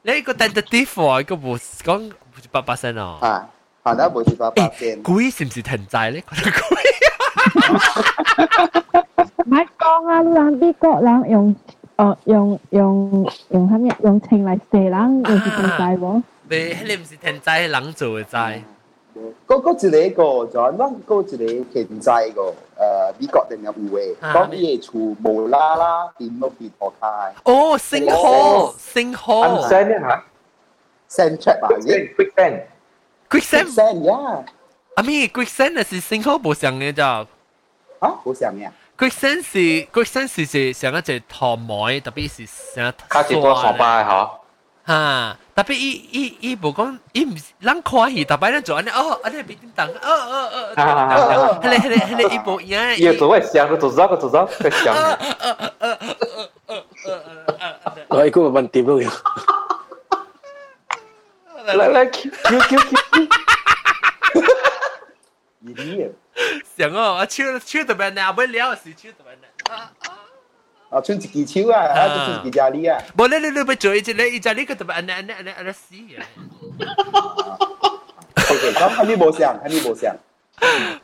你個 tentative 喎，個冇講八八聲哦。啊，行得冇事八八先。鬼是唔是停滯 咧？咪講啊，你人啲國人用哦用用用乜嘢？用情嚟射人，用是點解喎？未，你唔是停滯，係人做嘅滯。嗰嗰一個個就係乜嗰一個經濟個誒美國人嘅有嘅，啊講嘢厝無啦啦點都變破開。哦，sinkhole，sinkhole，咧嚇，send trap 啊，quick send。 quicksand send yeah，阿咪 quicksand 係是 sinkhole 冇上嘅咋。嚇冇上面啊， quicksand 是 quicksand 是是上一隻糖梅，特別是上一卡士多上班嚇，哈，特別伊伊伊無講，伊唔咱看戲，特別咱做安尼哦，安尼邊點等，哦哦哦，哦，迄個迄個迄個伊無影，要做我想，做啥個做啥個想。我一個問點都有。來來，Q Q Q Q。二啲上哦，我手手特別難，袂了是手特別難。啊，穿自己手啊，啊，就穿自己家裡啊，無你你你要做伊只咧，伊只呢個特別安尼安尼安尼安尼死嘅。 OK，咁係咪冇上，係咪冇上？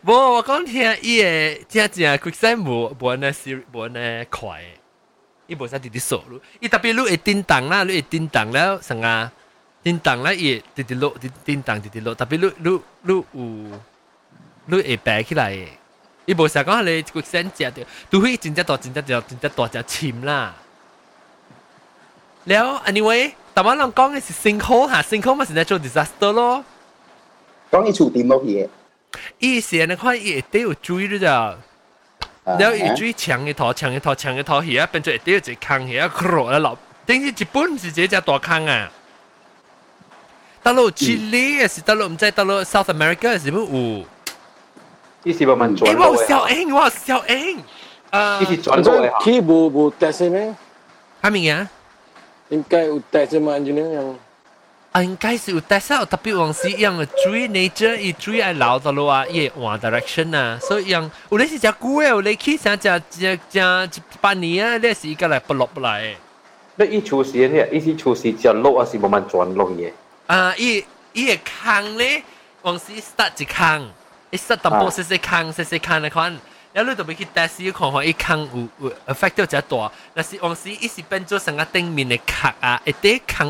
无，我讲听伊诶，真正 quicksand 无无那是无那快的，伊无啥直直手路，伊特别路会叮当啦，路会叮当了，上啊，叮当啦，伊会直直落，直叮当直直落，特别路路路有路会爬起来的，伊无啥讲你 quicksand 食着，除非真正大真正大真正大只深啦。แล้วอันนี้เว้ยแต่ว่าเราก้องไอ้สิซิงโคหาซิงโคมาสิ natural disaster โล 講嘢潮點咯嘢，以前那块也得有追的着，然后 À. 一追抢一头，抢一头，抢一头，遐变做一堆一坑，遐crow 了老，等于日本是这只大坑啊。大陆智利也是，大陆唔知大陆 South America 也是不有？呢是慢慢诶，轉我落有嘅，小英，我有小英，啊，呢是轉落嘅。佢冇冇帶先咩？阿明啊，應該有帶先嘛？engineer 樣啊，应该是有但是有特别往时一样的追 nature，伊追爱老的路啊，伊换 direction 啊，所以样有咧是只久诶，有咧去啥只只只一八年啊，咧是伊个来不落不来诶。那一出時呢，一是出時只落啊是慢慢轉落嘅，啊，伊伊个坑咧，往时 start 一坑，伊 start 淡薄啊细细坑，细细坑那款，然后你特别去 test 要看看伊坑有有 affect 到只大，若是往时伊是变做成个顶面的壳啊，一底坑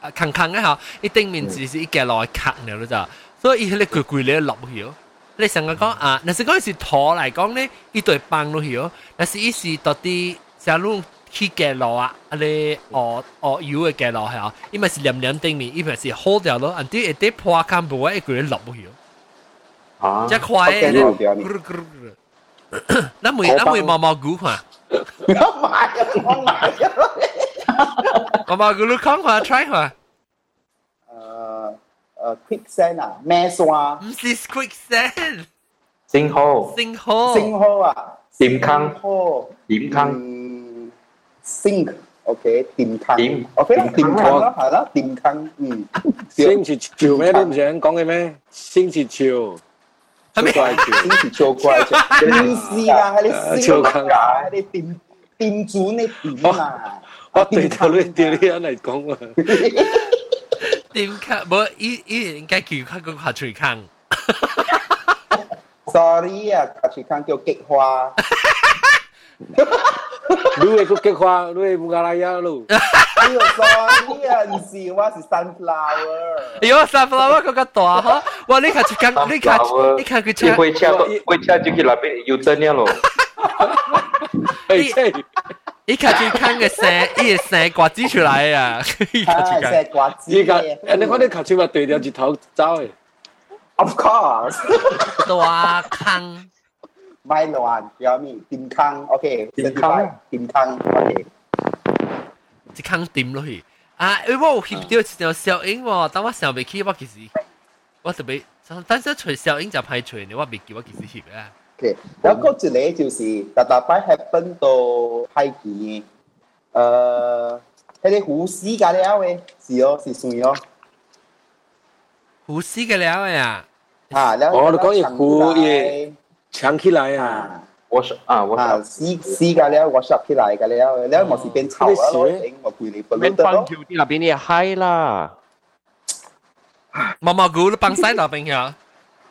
啊坑坑嘅吼，伊顶面只是一个落嘅壳了咋，所以伊迄个攰攰咧落去哦。你成日講啊，若是講是土嚟講咧，伊對放落去哦。若是伊是到啲成路去嘅路啊，啊你哦哦油嘅嘅路係啊，伊咪是黏黏頂面，伊咪是 hold 掉咯，人哋一啲破坑部位一個人落落去哦。啊即係快嘅，咕嚕咕嚕咕 嚕那每那每毛毛股看，毛毛股你看看 try 看，誒誒 quicksand 啊，咩沙唔是 quicksand，正好星河星河啊，點坑星河點 Ừ. 坑。 sink，OK，點坑點，OK 啦，點點坑坑啦，係啦，點坑，嗯，星期潮咩？你唔想講嘅咩？星期潮，係咩？ 星期潮怪潮，唔是啊，係你潮星坑啊，係你點點住你點啊，我對頭你掉呢人嚟講啊，點看？無伊伊應該叫佢個下垂坑。 ，sorry à, 啊，卡住坑叫激花。你會個激化，你會冇加拉呀路。哎呦，sorry 啊，唔是，我是 sunflower。哎呦，三 flower 嗰個大哈，哇！你看佢講，你看你看佢你回車車，回車就去那邊有燈了咯，你看佢坑嘅聲，伊嘅聲刮子出來啊！你看佢係講，石瓜子依家，誒你講你頭先話對掉住頭走嘅， Of course， 大坑。咪亂，有咪點坑？OK，點坑點坑？OK，一坑點落去啊！因為我有翕到一條小影喎，但我想袂起，我其實我特別，但是除小影就歹除呢，我袂記我其實翕啊。 OK，然後一個就是特特擺 happen 到海邊，誒，迄個胡絲咖了嘅，是哦，是算哦，胡死嘅了呀！啊，然我哋講要鼓嘢搶起來啊！我啊，我啊，絲絲咖了，我 shop 起來咖了，然後我是變臭啊，我我攰你不边翻桥啲入边啲嗨啦，毛毛菇你放西落邊呀？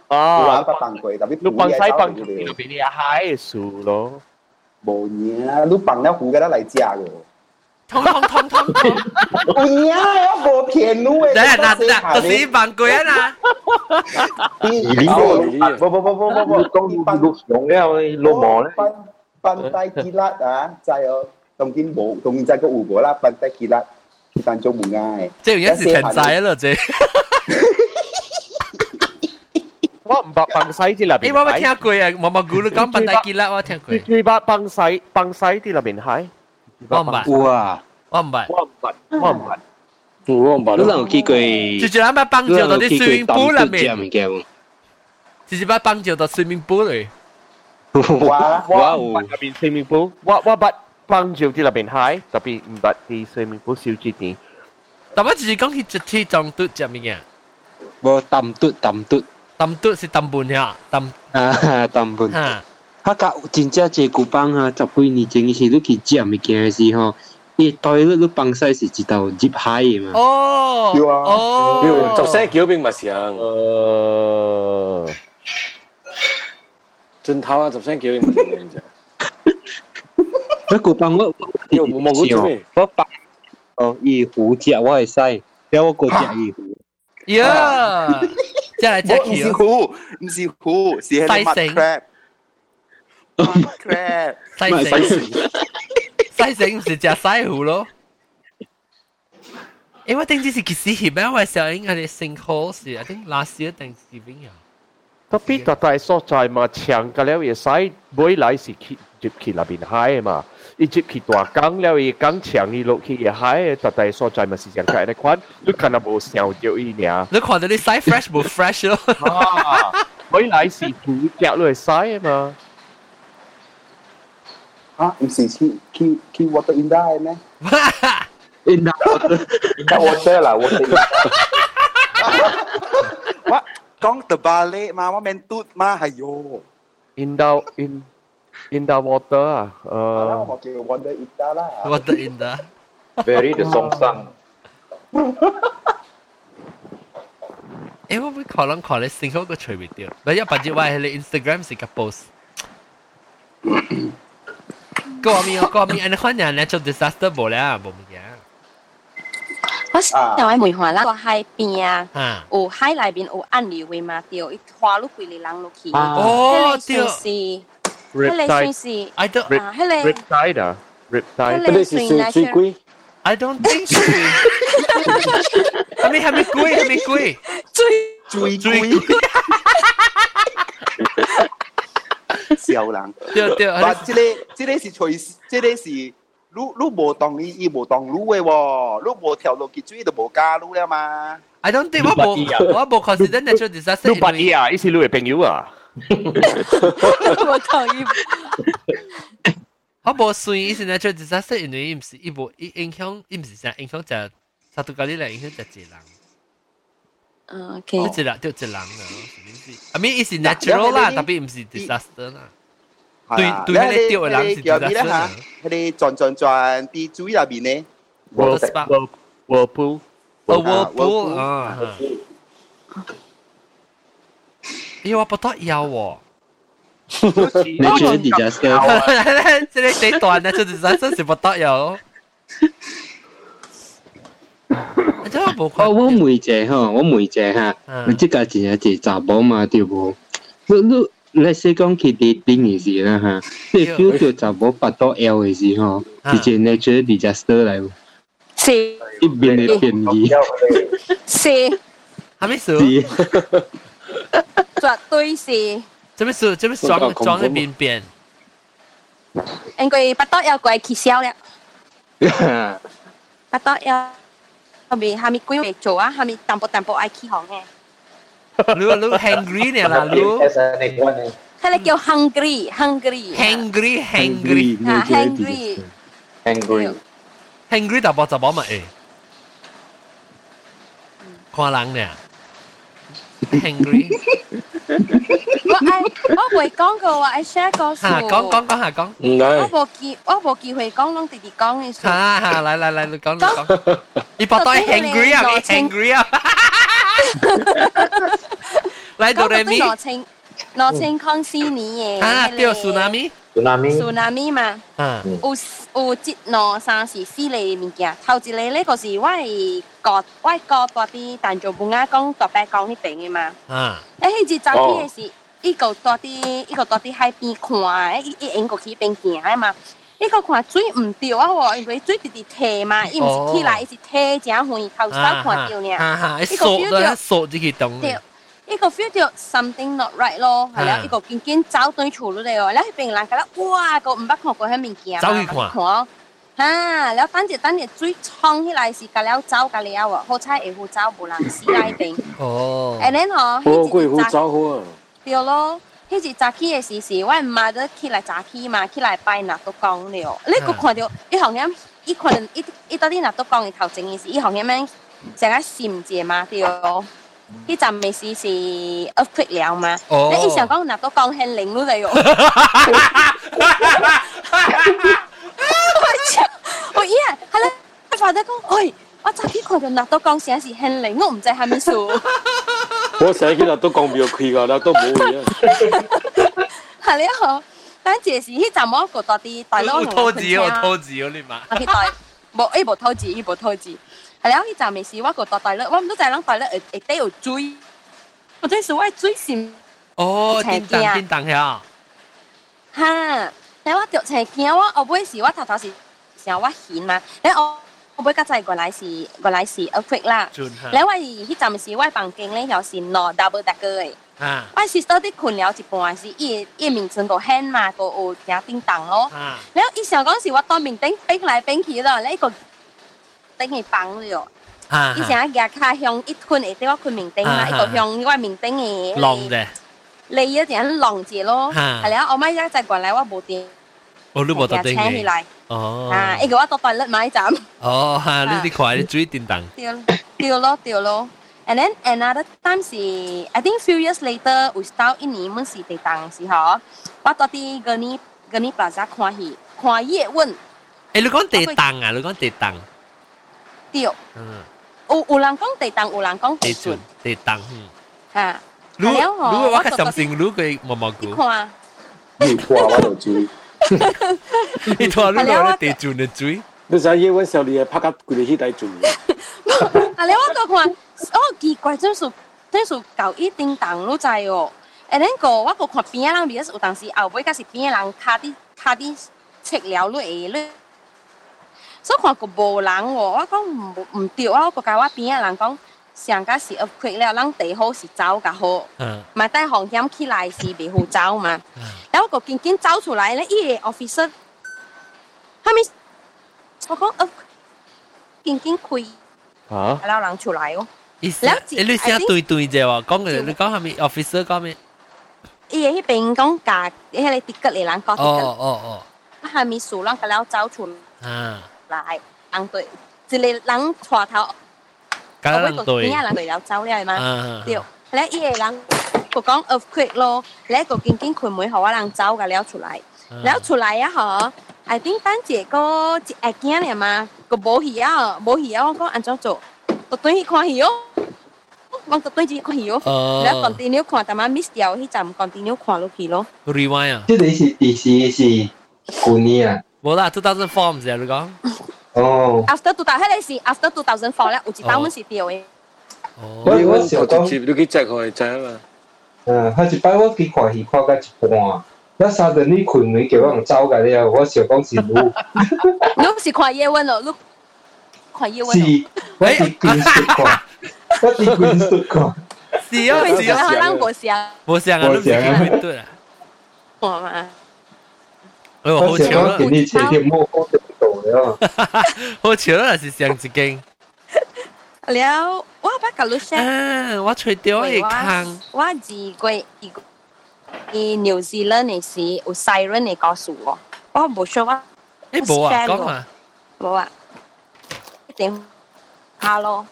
我啊不，放過，特別你放西放桥啲入边啲嗨树咯，冇嘢，你放了胡嘅啦嚟食嘅。通通通通通！有影啊，无骗你诶！等下嗱嗱，到時扮鬼啊啦！二零六，不不不不不不，講你六熊了，落毛咧，笨笨低吉拉啊，就係當今冇，當今真個有無啦，笨低吉拉，佢當做冇嗌。即係有一時停滯啦，即係。我唔白放西啲入你边。我冇聽過啊，毛毛菇你講笨大吉啦，我聽過你。最白放西放西啲入边嗨，我唔白，哇！我唔白，我唔白，我唔白。我唔白你有去過？直接把棒你球到有啲去 swimming 過 pool 淡入水食面，物嘅冇？直接把棒球到 swimming pool 嚟。哇我唔白入边 swimming pool，我我白放桥啲入边嗨，特别唔白啲 swimming pool 少啲啲。但我只是講佢直接撞到入面嘅，我淡嘟淡嘟抌到是抌半下，抌 À, 啊淡半。嚇。他甲真正一古板啊，十几年前的时你去食物件的时候，伊袋咧你放西是一道入海的嘛。哦，à? 要做西橋邊咪成？呃，真头啊，十三叫伊唔认啫。我古帮我，有冇冇嗰咩？我帮哦，二胡只我系西，有我个只二胡。呀，即系即唔是虎，唔是虎，是係你 mud 西城 crab。mud crab，西城，西城唔是食西湖咯。诶，我顶次是其实系咩？我小英我哋 sinkhole 是，I think last year Thanksgiving 啊。 tapi แต่แต่สนใจมาเชียงกันแล้วอีกสายไม่ไหลสิคิดจิบขี่ลาบินหายมาอีจิบขี่ตัวกังแล้วอีกังเชียงอีโลกขี่หายแต่แต่สนใจมาสิเชียงกันในควันลูกกันบ่เสียวเดียวอีเนี่ย 你看到你西 fresh 冇 fresh 咯？ ไม่ไหลสิหูแก่เลยสายมา ฮะ唔是去去去 water in die 咩？ in the water，in water 啦，water。ว่าก้องตะบาเล่มาว่าเมนตูดมาฮโย in the in in the water uh, อ่ะเออ แล้วบอกเกี่ยว water in die ล่ะ water in the very the song sang 诶，我唔可能可能 sinkhole 个除唔掉，你一百只话喺你 Instagram 是个 post。个话面，个话面，你看人 natural disaster 冇啦，冇乜嘢。我想我梅花啦，个海边啊，啊，有海内面有暗流的嘛，对，伊花露桂里人落去，啊哦迄个算是，迄个 Riptide 算是， I don't- 啊，迄个 Riptide 啊，Riptide， Hello，那是水水水鬼 I don't think so. 还没还没贵，还没贵，追追追贵。 เสียวหลัง 对对 บัดที่เล่ที่เล่สิช่วยที่เล่สิลูกลูกโบตองนี้อีโบตองรู้เว้ยวอลูกโบแถวโลกิจุยแต่โบกล้ารู้แล้วมา I don't think 我冇我冇 consider natural disaster ลูกปัดอีอ่ะอีสิลูกเป็นยูอ่ะ 我讨厌。我冇算伊是 natural disaster，因为伊唔是伊冇伊影响，伊唔是啥影响就，沙都咖喱嚟影响就一人。嗯，OK，就一人，就一人啊。I mean，伊是 natural 啦，特别唔是 disaster lah. 啦。对对， แล้ว 迄个钓嘅เล่人是 เกี่ยวมีแล้ว disaster ฮะ 啊。 เล่จวนจวนจวนตีจุยลาบินเน่ Water spark whirlpool A whirlpool whirlpool Ah, 啊。哈咦，我不得腰喎。 natural Ya, disaster 即係你短咧，就 disaster ya, 是不得腰。哦，Oh, 我问者吼，我问者哈，嗯我即家真正是查甫嘛，对无？你你你说讲去地顶嘅时啦哈，你 feel 到查甫巴肚 L 嘅时吼，啊是一个 natural disaster 来，是一边嘅便宜，是还没熟。是。绝对是，这边是这边我装搞装在公公边边。因为巴肚枵过去消了，巴肚枵，后面下面几位做啊，下面淡薄淡薄爱起行嘅，你你 hungry 呢啦，你迄个叫 hungry hungry hungry hungry 啊 hungry。 hungry hungry 就冇就冇咪诶，看人呢。hungry 我爱我未讲过，我爱 share 故事。吓讲讲讲下讲。唔我无机我无机会讲，拢直直讲嘅事。吓吓嚟嚟嚟，你讲你讲。你把刀 hungry 啊，你 hungry 啊。嚟到你咪罗清罗清康四年嘅。啊，掉 tsunami。 tsunami 嘛，啊有有一两三四四类物件。头一类呢个是我系国我系国大啲，但做半啊讲大伯讲迄边嘅嘛。啊。诶，迄日走去嘅是伊个大啲伊个大啲海边看，伊伊英国去边行诶嘛。伊个看水毋对啊喎，因为水直直退嘛，伊毋是起来，伊是退正远，头手看着啊哈，尔。一缩都缩咗去动。对，一個 feel 到 something not right 咯，係啦，啊一個見見走對厝嚟哦，แล้วเป็นหลังกันแล้วว้าก็唔บักของ嗰啲物件走去看 ฮะแล้วตั้งจิตตั้งจิตจุ้ยช่องที่ไรสิกันแล้วเจ้ากันแล้วอ่ะเขาใช้เอหูเจ้าโบราณสีได้เป็น 哦 อันนั้นเหรอให้ 我 จิ 贵 ต 湖 จัก 走好啊， เดียว咯ให้จิตจักขี้เอสีสีว่ามาเด้อขี้ไรจักขี้มาขี้ไรไปหนักตัวกองเดียวแล้วก็คนเดียวอีของเนี้ยอีคนอีอีตอนที่หนักตัวกองอีเท่าจริงอีสิอีของเนี้ยแม่งจะงั้นซิมเจมาเดียว ที่จำไม่ซีซีเอฟคลิกแล้วมา โอ้ แล้วอีเสียงกล้องหนักก็กล้องแฮนด์เลิงรู้เลยโอ้ โอ้ยเนี่ยฮัลโหลฟาเดอร์ก็โอ้ยว่าจากที่คนจะหนักก็กล้องเสียงสีแฮนด์เลิงงงใจฮามิสู 我成日都讲唔要开噶，你都冇嘢。係你好，但係時呢站我個到啲大佬有偷字有偷字有你嘛？啊，佢代冇呢部偷字，呢部偷字。係啦，呢站未試我個到大佬，我唔都就係諗大佬誒誒都要追，我真係我追線哦，邪叮当見叮当呀！哈。你我着邪見我，我每時我頭頭時時候我顯嘛，你我我每家就係個奶時個奶時 a quick 啦。准哈你話呢站時我房間咧又是 no double 大哥嘅。啊我 sister 啲群聊一半是伊伊名称个 hand 嘛，个有加叮当咯。啊然后伊想讲是我当面顶冰来冰去咯，你个顶伊放了。啊伊想加卡向一群下底我群面顶嘛，啊一个向我面顶嘅。浪的，你一阵浪住咯，啊系啦，我咪一阵过嚟我冇电，我都冇特定請起嘅來。哦，啊，一个我到大粒买站。 哦哈，呢啲快啲追叮当。掉掉咯掉咯。And then another time 是，I think few years later，我到一年们是地当时候，我到啲嗰呢嗰呢 plaza 看戏，看叶问诶，你讲地当啊？你讲地当，掉。嗯，有有人讲地当，有人讲地地准准地当。嗯，嚇。如係如啊吼果我我嘅就覺得心情，如果毛毛菇， 看，你拖我就追，你拖你落咧地准就追。你想叶问小李拍甲规个迄台准，啊你我個看，我奇怪真是真是搞一叮当都知哦。And then 個我個看邊人，比如有當時後尾，假是邊人卡啲卡啲切了落嚟咧。所以看個無人喎，我講唔唔對，我個家我邊人講，上家是 upgrade 了，人地好是走較好。嗯， mà tại hàng hiểm khi lại thì bị hù cháu màแล้วก็กินกินเจ้าสุไลแล้วอีออฟฟิเซอร์ถ้ามีเขาก็เออกินกินคุย 啊 แล้วหลังสุไล 意思，诶，你想对对啫喎？讲嘅，你讲下面 officer 讲咩？ อีที่เป็นก้องกาไอ้อะไรติดกันเลยหลังก็ 哦 ติดกัน 哦 ถ้ามีสูหลังก็แล้วเจ้าสุ 哦，啊， ไลหลังตัวจะเลยหลังขวาเท้า 咁 ไว้ 样 ตัว 对 นี้。หลังตัวแล้วเจ้าเลยมา 啊 เดี๋ยวและอีเอหลังก็ก้องเออควิกโลและก็กินกินคุยเหมือนเขาว่าหลังเจ้ากันแล้วสุไล À. แล้ว出来啊嗬，I think 单姐个一下惊咧嘛，个无戏啊，无戏啊，我讲安怎做？特登去看戏哦，我特登去看戏哦哦，然后 continue 看，但嘛 miss 掉迄站 continue 看落去咯。 ，rewind à? 啊，即你是第时是旧年啊？冇啦，two thousand four 唔知你讲。哦， After two thousand 迄个是 after two thousand four 咧，有一哦档阮是掉的，我叶问我想头讲一集你去 check 下知嘛？嗯，好一摆我去看戏看到一半，那三顿你困眠叫我人走个了，我想讲是路你是看叶问咯，你看叶问是咯。，我伫滚速看，我伫滚速看，是啊为是什么啊咱，无想冇想啊，你唔知对啦。看嘛？哎呦，好我想巧啦啊讲，今日前天冇讲得到了，好巧啦，是上一斤。了，我把甲你 share。啊，我吹掉我一坑。我自贵自贵，伊 New Zealand 的是有 siren 的告诉我，我冇 sure 我。诶，冇啊，讲啊。冇啊，一定下咯。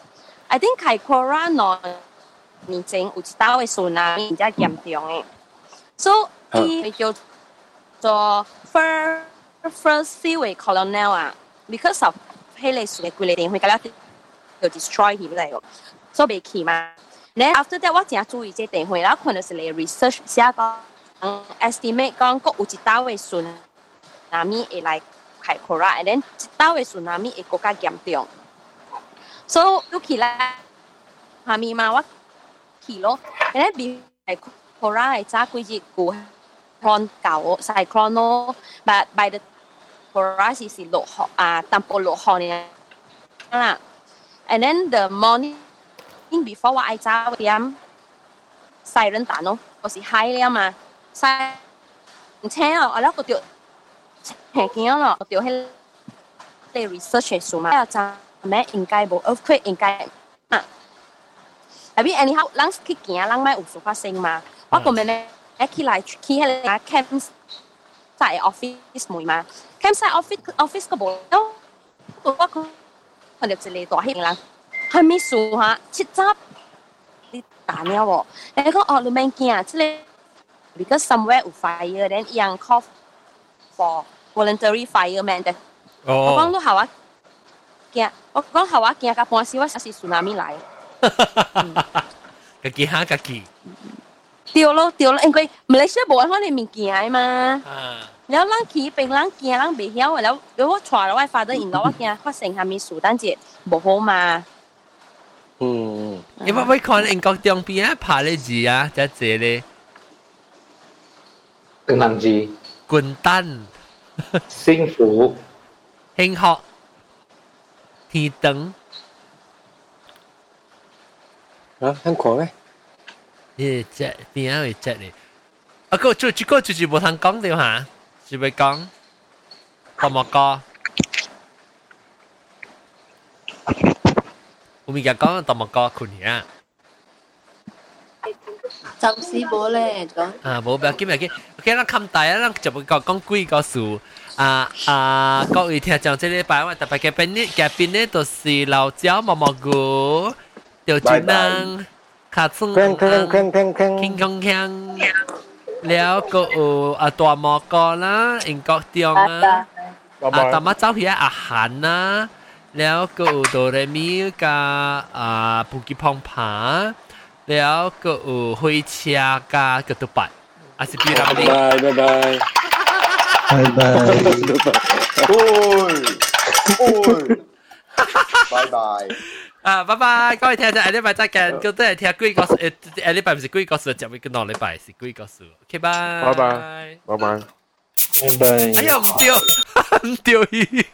I think 係 corona 年前有一道嘅 tsunami 而家嚴重嘅，所以佢叫做 first first sea 嘅 colonel 啊，because of 迄類嘅規例定會搞了就 destroy 佢嚟咯，所以未去嘛。然後 after that 我正注意即定會，然後可能是嚟 research 寫講嗯 estimate 講各有一道嘅 tsunami。南米会来开扩啦，and then 一到的 tsunami 会更加严重。所以起来，下面嘛我去咯，and then 比开扩啦会早几日古 cyclone 九 cyclone 咯，but by the 扩啦是是落雨啊，淡薄落雨呢啦，and then the morning before 我爱早点。晒人蛋咯，我是嗨了嘛，晒唔青哦，我了个着平件咯，着迄个 research 嘅数嘛，啊，站咩应该无 earthquake 应该啊，下边 anyhow，咱去行，咱咪有事发生嘛，我个妹妹起来去迄个 camp 在 office 门嘛，camp 在 office office 个无，我讲我着一个大黑人，还没数哈，七十。你打了喎，你講哦，你免驚啊，即係 because somewhere 有 fire，then 一樣 call for voluntary fireman 的。我啊講哦你，下我驚，我講下我驚甲半死，我是 tsunami 來。自己吓自己。对咯对咯，因为马来西亚无安款嘅物件嘛。แล้วล่างขี่เป็นล่างเกียร์ล่างเบียเหี้ยวแล้วแล้วว่าถอดแล้วว่าฟาเดอร์อินแล้วว่าเกียร์ข้อเสียงทำมีสูตั้งเจ็ดบอกโฮมา 嗯，因为我看英国中边啊，拍咧字啊，只字咧跟人字滚蛋，幸福幸福，天灯，啊，香港咩？诶，只边啊会只咧，啊个就这个就是无通讲对哈，是咪讲？什么歌？我咪讲讲什么歌？困呀！暂时无咧，讲啊，冇不要紧，不要紧。OK，咱看大啊，咱就不讲讲几个数啊啊！各位听众，这礼拜我特别嘅宾呢，嘅宾呢都是老椒毛毛菇、吊珠囊、卡通、铿铿铿铿铿铿铿，了個有啊大毛哥啦，英國中啊，啊大媽走去啊韓啦，了個有哆來咪加啊布吉胖胖，了個有灰車加個都白，啊是比拉拜利，拜拜拜拜拜。拜拜。啊拜拜，各位聽眾，下禮拜再見，咁都係聽幾個數，誒下禮拜唔是幾個數，就會跟落禮拜是幾個數，OK 拜，拜拜，拜拜，拜拜。 哎呀唔掉，唔掉去。